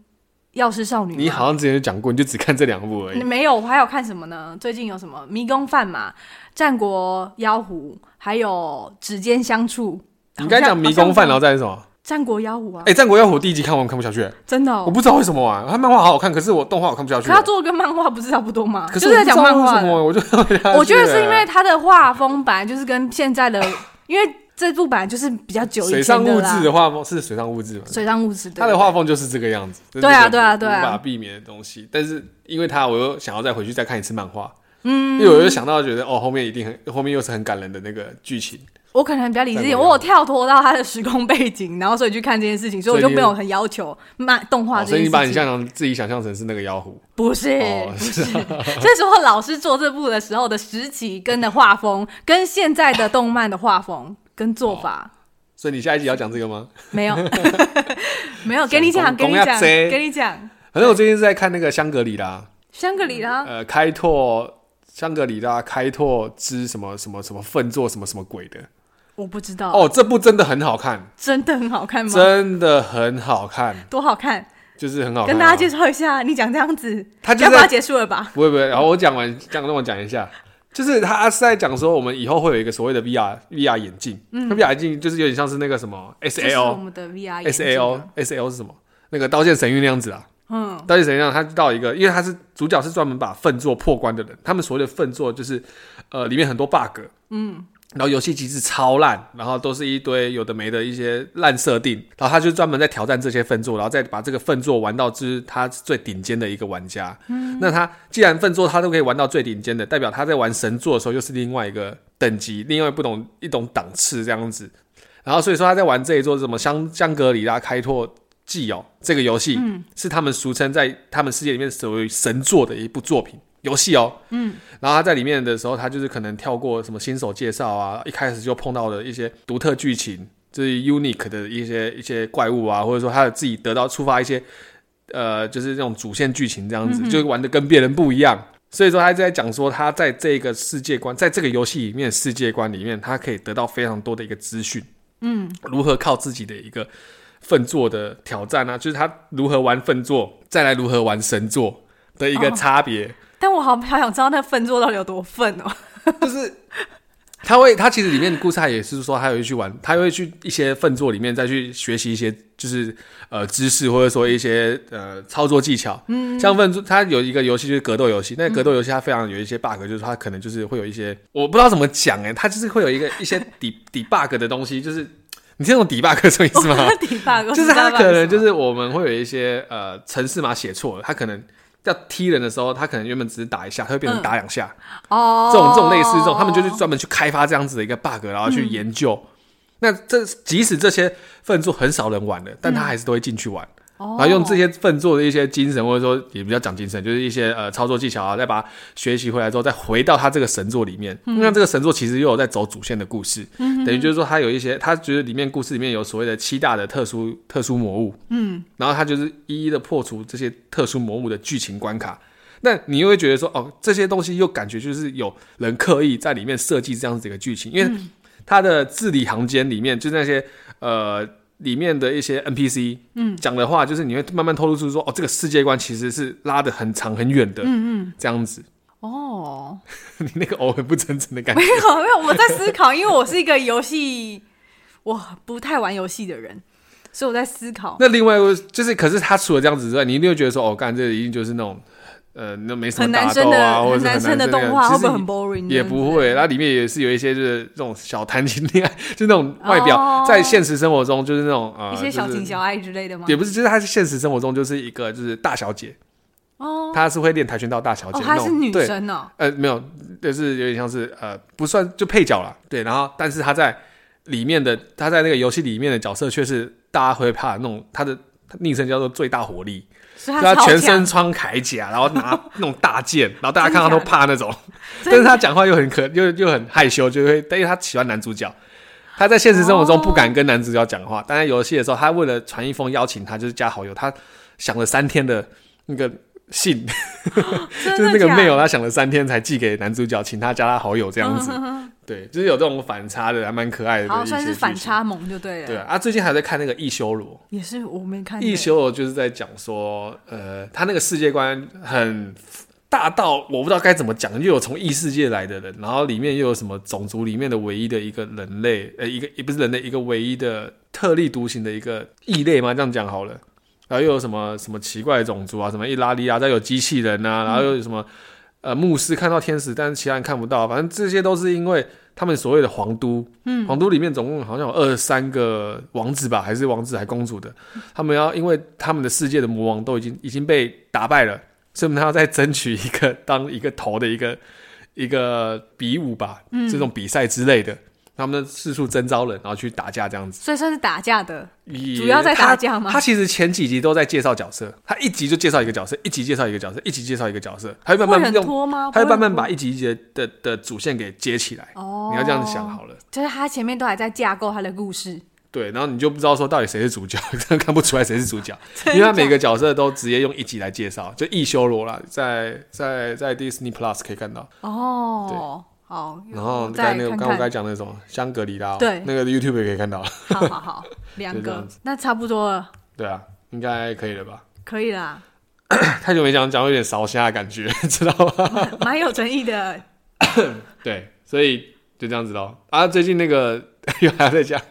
Speaker 1: 药师少女》嘛。
Speaker 2: 你好像之前就讲过，你就只看这两部而已
Speaker 1: 嗯，。没有，我还有看什么呢？最近有什么《迷宫饭》嘛，《战国妖狐》，还有《指尖相触》。
Speaker 2: 你应该讲《迷宫饭》，然后
Speaker 1: 后《
Speaker 2: 再是什么？
Speaker 1: 战国妖狐》啊
Speaker 2: 哎，，《战国妖狐》第一集看完看不下去，
Speaker 1: 真的、
Speaker 2: 我
Speaker 1: 哦。
Speaker 2: 不知道为什么啊。他漫画好好看，可是我动画我看不下去
Speaker 1: 可。他做的跟漫画不是差不多吗？
Speaker 2: 可
Speaker 1: 就是在讲漫画
Speaker 2: 我不知
Speaker 1: 的。
Speaker 2: 道为什么，我就 (laughs) 啊
Speaker 1: 我觉得是因为他的画风本来就是跟现在的，因为这部本来就是比较久以
Speaker 2: 水
Speaker 1: 前
Speaker 2: 上
Speaker 1: 的
Speaker 2: 物
Speaker 1: 啦
Speaker 2: 质。的画风是水上物质嘛？
Speaker 1: 水上物质，对
Speaker 2: 他的画风就是这个样子。这是
Speaker 1: 对啊
Speaker 2: 一个
Speaker 1: 对啊对啊
Speaker 2: 无法避免的东西。但是因为他，我又想要再回去再看一次漫画。嗯，因为我又想到觉得哦，后面一定很，后面又是很感人的那个剧情，
Speaker 1: 我可能比较理智一
Speaker 2: 在
Speaker 1: 点，
Speaker 2: 不
Speaker 1: 我有跳脱到他的时空背景，然后所以去看这件事情，所以我就
Speaker 2: 所以你
Speaker 1: 没有很要求漫动画
Speaker 2: 哦
Speaker 1: 这
Speaker 2: 所以
Speaker 1: 件
Speaker 2: 你把你
Speaker 1: 事情。
Speaker 2: 想象自己想象成是那个妖狐，
Speaker 1: 不是，
Speaker 2: 哦
Speaker 1: 不是， (laughs) 这时候老师做这部的时
Speaker 2: 哦
Speaker 1: 候的时期跟的画风，跟现在的动漫的画风跟做法，
Speaker 2: 所以你下一集要讲这个吗？
Speaker 1: 没
Speaker 2: (laughs)
Speaker 1: 有，没有，给你讲，
Speaker 2: 想
Speaker 1: 给
Speaker 2: 讲
Speaker 1: 你
Speaker 2: 讲
Speaker 1: 讲，
Speaker 2: 要这
Speaker 1: 给你讲，
Speaker 2: 反正我最近是在看那个香格里拉，
Speaker 1: 香格里拉，
Speaker 2: 呃，开拓香格里拉开拓之什么什么什么粪作什么什么鬼的。
Speaker 1: 我不知道，
Speaker 2: 哦，这部真的很好看，
Speaker 1: 真的很好看吗？
Speaker 2: 真的很好看，
Speaker 1: 多好看！
Speaker 2: 就是很好看啊。
Speaker 1: 跟大家介绍一下，你讲这样子，
Speaker 2: 他就
Speaker 1: 要不
Speaker 2: 在
Speaker 1: 要结束了吧？
Speaker 2: 不会不会，然后我讲完，讲让我讲一下，就是他是在讲说，我们以后会有一个所谓的 VR VR 眼镜，
Speaker 1: 嗯
Speaker 2: 那 VR 眼镜就是有点像是那个什么
Speaker 1: 这是我
Speaker 2: SAO
Speaker 1: 们的 VR 眼镜
Speaker 2: SAO
Speaker 1: 啊
Speaker 2: SAO 是什么？那个《刀剑神域》那样子啊，
Speaker 1: 嗯，
Speaker 2: 《刀剑神域》那样，他到一个，因为他是主角是专门把粪作破关的人，他们所谓的粪作就是呃里面很多 bug，嗯。然后游戏机制超烂，然后都是一堆有的没的一些烂设定，然后他就专门在挑战这些粪作，然后再把这个粪作玩到之他最顶尖的一个玩家。那他既然粪作他都可以玩到最顶尖的，代表他在玩神作的时候又是另外一个等级，另外不同一种档次这样子。然后所以说他在玩这一座什么香香格里拉开拓纪哦这个游戏，是他们俗称在他们世界里面所谓神作的一部作品游戏哦。嗯，然后他在里面的时候，他就是可能跳过什么新手介绍啊，一开始就碰到了一些独特剧情，就是 unique 的一些一些怪物啊，或者说他自己得到触发一些呃，就是那种主线剧情这样子，就玩的跟别人不一样。所以说他在讲说他在这个世界观，在这个游戏里面世界观里面，他可以得到非常多的一个资讯。嗯，如何靠自己的一个粪作的挑战啊，就是他如何玩粪作，再来如何玩神作的一个
Speaker 1: 哦
Speaker 2: 差别。
Speaker 1: 但我好好想知道那粪做到底有多粪哦。
Speaker 2: 就是他会，他其实里面的故事他也是说，他会去玩，他会去一些粪作里面再去学习一些就是呃知识，或者说一些呃操作技巧。嗯，像粪作，它有一个游戏就是格斗游戏，那格斗游戏它非常有一些 bug，就是它可能就是会有一些我不知道怎么讲哎、它就是会有一个一些底底 bug 的东西，就是你听懂底 bug 是什么意思吗？
Speaker 1: 底吧， (laughs) 我不
Speaker 2: 就
Speaker 1: 知道
Speaker 2: 是他
Speaker 1: 到底
Speaker 2: 可能
Speaker 1: 什
Speaker 2: 就
Speaker 1: 么
Speaker 2: 是我们会有一些呃程式码写错了，他可能要踢人的时候，他可能原本只是打一下，他会变成打两下，
Speaker 1: 哦，
Speaker 2: 这种这种类似这种，他们就是专门去开发这样子的一个 bug，然后去研究。那这即使这些粪作很少人玩的，但他还是都会进去玩，
Speaker 1: 哦
Speaker 2: 然后用这些粪作的一些精神，或者说也比较讲精神，就是一些呃操作技巧啊，再把它学习回来之后，再回到他这个神作里面。那这个神作其实又有在走主线的故事，等于就是说他有一些，他觉得里面故事里面有所谓的七大的特殊特殊魔物，嗯，然后他就是一一的破除这些特殊魔物的剧情关卡。那你又会觉得说，哦，这些东西又感觉就是有人刻意在里面设计这样子的一个剧情，因为它的字里行间里面，就是那些呃里面的一些 NPC，嗯，讲的话就是你会慢慢透露出说，哦，这个世界观其实是拉的很长很远的，嗯嗯，这样子， (laughs)
Speaker 1: 哦，
Speaker 2: 你那个偶尔不真诚的感觉
Speaker 1: 没，有没有，我在思考，因为我是一个游戏，我不太玩游戏的人，所以我在思考。
Speaker 2: 那另外一个就是，可是他除了这样子之外，你一定会觉得说，哦，干这一定就是那种，呃，那没什么
Speaker 1: 很男
Speaker 2: 打
Speaker 1: 生
Speaker 2: 斗
Speaker 1: 的、
Speaker 2: 啊，或者
Speaker 1: 很
Speaker 2: 是
Speaker 1: 男生的
Speaker 2: 的
Speaker 1: 动画会
Speaker 2: 其实
Speaker 1: 不会很 boring？
Speaker 2: 你也不会，它里面也是有一些就是这种小谈情恋爱， (laughs) 就那种外表、
Speaker 1: 哦
Speaker 2: 在现实生活中就是那种呃，
Speaker 1: 一些小
Speaker 2: 就是
Speaker 1: 情小爱之类的吗？
Speaker 2: 也不是，就是她是现实生活中就是一个就是大小姐，
Speaker 1: 哦
Speaker 2: 她是会练跆拳道大小姐
Speaker 1: 哦，
Speaker 2: 那
Speaker 1: 她
Speaker 2: 种，
Speaker 1: 是女
Speaker 2: 对，
Speaker 1: 生哦，
Speaker 2: 呃，没有，就是有点像是呃，不算就配角啦，对，然后但是她在里面的她在那个游戏里面的角色却是大家会怕的那种，她的昵称叫做最大火力，
Speaker 1: 所以
Speaker 2: 就她
Speaker 1: 超
Speaker 2: 全身
Speaker 1: 强，
Speaker 2: 穿铠甲，然后
Speaker 1: (laughs)
Speaker 2: 拿那种大剑，然后大家看到
Speaker 1: 真
Speaker 2: 都
Speaker 1: 假的
Speaker 2: 怕那种。
Speaker 1: 真
Speaker 2: (laughs) 但是他讲话又很可，又又很害羞，就会，但因为他喜欢男主角，他在现实生活中不
Speaker 1: 哦
Speaker 2: 敢跟男主角讲话，但在游戏的时候，他为了传一封邀请他，就是加好友，他想了三天的那个信， (laughs)
Speaker 1: 真
Speaker 2: 就
Speaker 1: 的
Speaker 2: 是那个哦
Speaker 1: 假的
Speaker 2: mail，他想了三天才寄给男主角，请他加他好友这样
Speaker 1: 嗯
Speaker 2: 子，对，就是有这种反差的，还蛮可爱的，
Speaker 1: 好算是反。差萌就对了。
Speaker 2: 对啊，啊最近还在看那个《异修罗》，
Speaker 1: 也是我没看
Speaker 2: 《
Speaker 1: 的
Speaker 2: 异修罗》就是在讲说，呃，他那个世界观很大到我不知道该怎么讲，又有从异世界来的人，然后里面又有什么种族里面的唯一的一个人类，呃，一个也不是人类，一个唯一的特立独行的一个异类嘛，这样讲好了。然后又有什么什么奇怪的种族啊，什么伊拉利啊，再有机器人
Speaker 1: 嗯
Speaker 2: 啊，然后又有什么、呃牧师看到天使，但是其他人看不到，反正这些都是因为他们所谓的皇都，嗯，皇都里面总共好像有二三个王子吧，还是王子还公主的，他们要因为他们的世界的魔王都已经已经被打败了，所以他要再争取一个当一个头的一个一个比武吧，
Speaker 1: 嗯
Speaker 2: 这种比赛之类的。他们四处征招人，然后去打架这样子。
Speaker 1: 所以算是打架的，
Speaker 2: 也
Speaker 1: 主要在打架吗
Speaker 2: 他他其实前几集都在介绍角色，他一集就介绍一个角色，一集介绍一个角色，一集介绍一个角色，他会慢
Speaker 1: 会
Speaker 2: 慢
Speaker 1: 很
Speaker 2: 用，
Speaker 1: 拖吗？
Speaker 2: 他会慢慢
Speaker 1: 不
Speaker 2: 把一集一集的的的主线给接起来。
Speaker 1: 很拖哦。
Speaker 2: 你要这样想，好了。
Speaker 1: 就是他前面都还在架构他的故事，
Speaker 2: 对，然后你就不知道说到底谁是主角， (laughs) 真的看不出来谁是主角， (laughs) 因为他每个角色都直接用一集来介绍，就一修罗啦，在在在 Disney Plus 可以看到，
Speaker 1: 哦，好，
Speaker 2: 然后
Speaker 1: 我再
Speaker 2: 在那个
Speaker 1: 看
Speaker 2: 刚我
Speaker 1: 看
Speaker 2: 刚才讲的那种香格里拉哦，
Speaker 1: 对
Speaker 2: 那个 YouTube 也可以看到，
Speaker 1: 好好
Speaker 2: (laughs)
Speaker 1: 好，两
Speaker 2: 就这
Speaker 1: 个
Speaker 2: 样子，
Speaker 1: 那差不多了，
Speaker 2: 对啊，应该可以了吧？
Speaker 1: 可以啦， (laughs)
Speaker 2: 太久没讲，讲有点烧虾的感觉， (laughs) 知道吗？
Speaker 1: 蛮有诚意的。
Speaker 2: 对，所以就这样子咯。啊，最近那个 (laughs) 又还要再讲，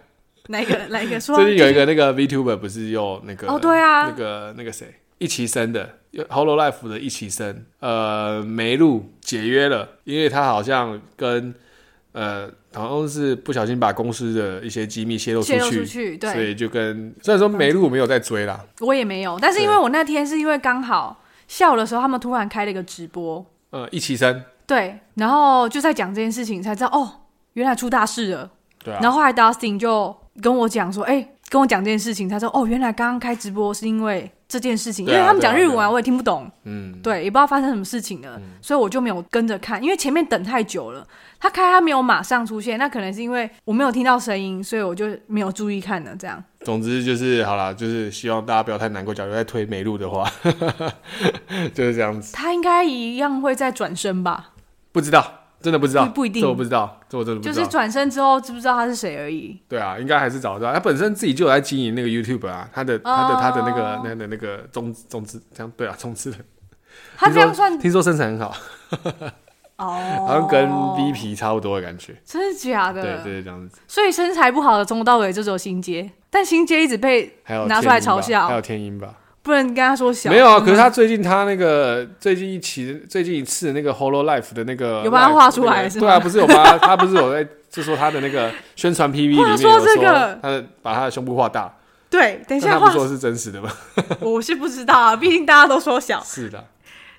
Speaker 1: 来
Speaker 2: (laughs)
Speaker 1: 一个，来一个，说
Speaker 2: 最近有一个那个 VTuber 不是又那个
Speaker 1: 啊哦对啊
Speaker 2: 那个那个谁一起生的有 Hollow Life 的一起生，呃，梅露解约了，因为他好像跟呃好像是不小心把公司的一些机密泄露出
Speaker 1: 泄露
Speaker 2: 去，
Speaker 1: 出去，
Speaker 2: 所
Speaker 1: 对
Speaker 2: 以就跟虽然说梅露我没有在追啦，
Speaker 1: 我也没有，但是因为我那天是因为刚好笑的时候，他们突然开了一个直播，
Speaker 2: 呃，一起生，
Speaker 1: 对，然后就在讲这件事情，才知道哦，原来出大事了。
Speaker 2: 对啊，
Speaker 1: 然后后来 Dustin 就跟我讲说，哎、跟我讲这件事情，他说哦，原来刚刚开直播是因为这件事情，因
Speaker 2: 对啊
Speaker 1: 为他们讲
Speaker 2: 对啊
Speaker 1: 日文
Speaker 2: 对
Speaker 1: 啊，
Speaker 2: 啊
Speaker 1: 我也听不懂，
Speaker 2: 嗯，
Speaker 1: 对，也不知道发生什么事情了，所以我就没有跟着看，因为前面等太久了，他开他没有马上出现，那可能是因为我没有听到声音，所以我就没有注意看了，这样。
Speaker 2: 总之就是好啦，就是希望大家不要太难过。假如在推梅露的话， (laughs) 就是这样子。
Speaker 1: 他应该一样会再转身吧，
Speaker 2: 不知道，真的不知道，
Speaker 1: 不不一定
Speaker 2: 这我不知道，这我真的不
Speaker 1: 就
Speaker 2: 知道。
Speaker 1: 是转身之后知不知道他是谁而已。
Speaker 2: 对啊，应该还是找得到。他本身自己就有在经营那个 YouTube 啊，他的他的、
Speaker 1: 哦
Speaker 2: 他的那个那的那个中中资，这样对啊，中资的。
Speaker 1: 他这样
Speaker 2: 听说
Speaker 1: 算
Speaker 2: 听说身材很好，
Speaker 1: 哦，
Speaker 2: 好像跟 V 皮差不多的感觉。
Speaker 1: 真的假的？
Speaker 2: 对对，对这样子。
Speaker 1: 所以身材不好的从头到尾就只有新街，但新街一直被
Speaker 2: 还有
Speaker 1: 拿出
Speaker 2: 天
Speaker 1: 来
Speaker 2: 音
Speaker 1: 嘲
Speaker 2: 吧
Speaker 1: 笑
Speaker 2: 还有天音吧？
Speaker 1: 不能跟他说小，嗯
Speaker 2: 没有啊，可是他最近他那个最近一期最近一次那个 Holo Life 的那个
Speaker 1: 有把它
Speaker 2: live
Speaker 1: 画出来
Speaker 2: 那个
Speaker 1: 是吗
Speaker 2: 对啊，不是有把它他不是有在就说他的
Speaker 1: (laughs)
Speaker 2: 那个宣传 PV 里面有
Speaker 1: 话说这个
Speaker 2: 他的把他的胸部画大，
Speaker 1: 对，等一
Speaker 2: 但
Speaker 1: 下
Speaker 2: 他不
Speaker 1: 话
Speaker 2: 是说是真实的吗？
Speaker 1: (laughs) 我是不知道啊，毕竟大家都说小。
Speaker 2: 是的，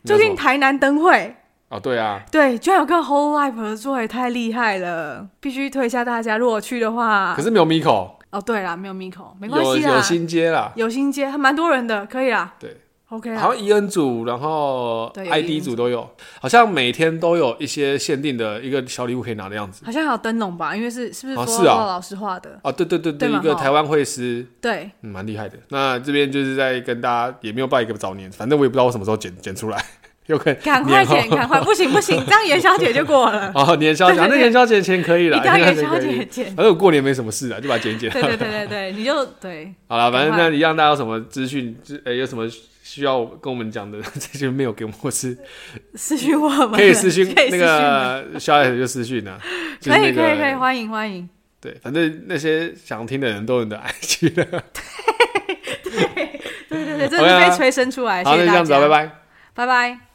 Speaker 1: 最近
Speaker 2: 你要说
Speaker 1: 台南灯会，
Speaker 2: 哦对啊，
Speaker 1: 对，居然有跟 Whole Life 合作，也太厉害了！必须推一下大家，如果去的话
Speaker 2: 可，是没有 Miko，
Speaker 1: 哦，对啦，没有 Miko，没关
Speaker 2: 有
Speaker 1: 系啦，
Speaker 2: 有新街啦，
Speaker 1: 有新街还蛮多人的，可以啦
Speaker 2: 对，
Speaker 1: ，OK
Speaker 2: 好
Speaker 1: 啦，
Speaker 2: 像 EN 组，然后
Speaker 1: 啊对有
Speaker 2: ID
Speaker 1: EN
Speaker 2: 组都有，好像每天都有一些限定的一个小礼物可以拿的样子。
Speaker 1: 好像还有灯笼吧，因为是是不
Speaker 2: 哦
Speaker 1: 是
Speaker 2: 是啊
Speaker 1: 说老师画的？
Speaker 2: 啊，对对对
Speaker 1: 对
Speaker 2: 对，
Speaker 1: 嘛
Speaker 2: 一个
Speaker 1: 哈
Speaker 2: 台湾会师，
Speaker 1: 对，
Speaker 2: 嗯，蛮厉害的。那这边就是在跟大家也没有拜一个早年，反正我也不知道我什么时候剪剪出来， (laughs) 有可能
Speaker 1: 赶快
Speaker 2: 年后，
Speaker 1: 剪，赶快，不行不行，这样元宵节就过了
Speaker 2: (laughs) 哦，年宵节，
Speaker 1: 对
Speaker 2: 啊
Speaker 1: 对
Speaker 2: 那
Speaker 1: 对
Speaker 2: 年宵节前可以
Speaker 1: 一
Speaker 2: 了，
Speaker 1: 定要
Speaker 2: (laughs)
Speaker 1: 元
Speaker 2: 年
Speaker 1: 宵
Speaker 2: 宵节可
Speaker 1: 节
Speaker 2: 以。
Speaker 1: 剪。
Speaker 2: 反正我过年没什么事啊，就把它剪一剪。
Speaker 1: 对对对对对，你就对，
Speaker 2: 好了，反正
Speaker 1: 赶快
Speaker 2: 那一样，大家有什么资讯，知呃，有什么需要跟我们讲的， (laughs) 这些没有给我们，或是
Speaker 1: 私讯我 (laughs) 们
Speaker 2: 可以私讯
Speaker 1: 可以私
Speaker 2: 那
Speaker 1: 讯我们
Speaker 2: 个小 S 就私讯
Speaker 1: (laughs)
Speaker 2: 了，就是
Speaker 1: 可以
Speaker 2: 那个
Speaker 1: 可以可以，欢迎欢迎，
Speaker 2: 对，反正那些想听的人都有你的 IG 了。
Speaker 1: 对对对，这
Speaker 2: OK
Speaker 1: 是
Speaker 2: 啊
Speaker 1: 被催生出来，谢
Speaker 2: 好，那
Speaker 1: 谢
Speaker 2: 就这
Speaker 1: 大
Speaker 2: 样子啊，
Speaker 1: 家，
Speaker 2: 拜，拜。
Speaker 1: 拜拜。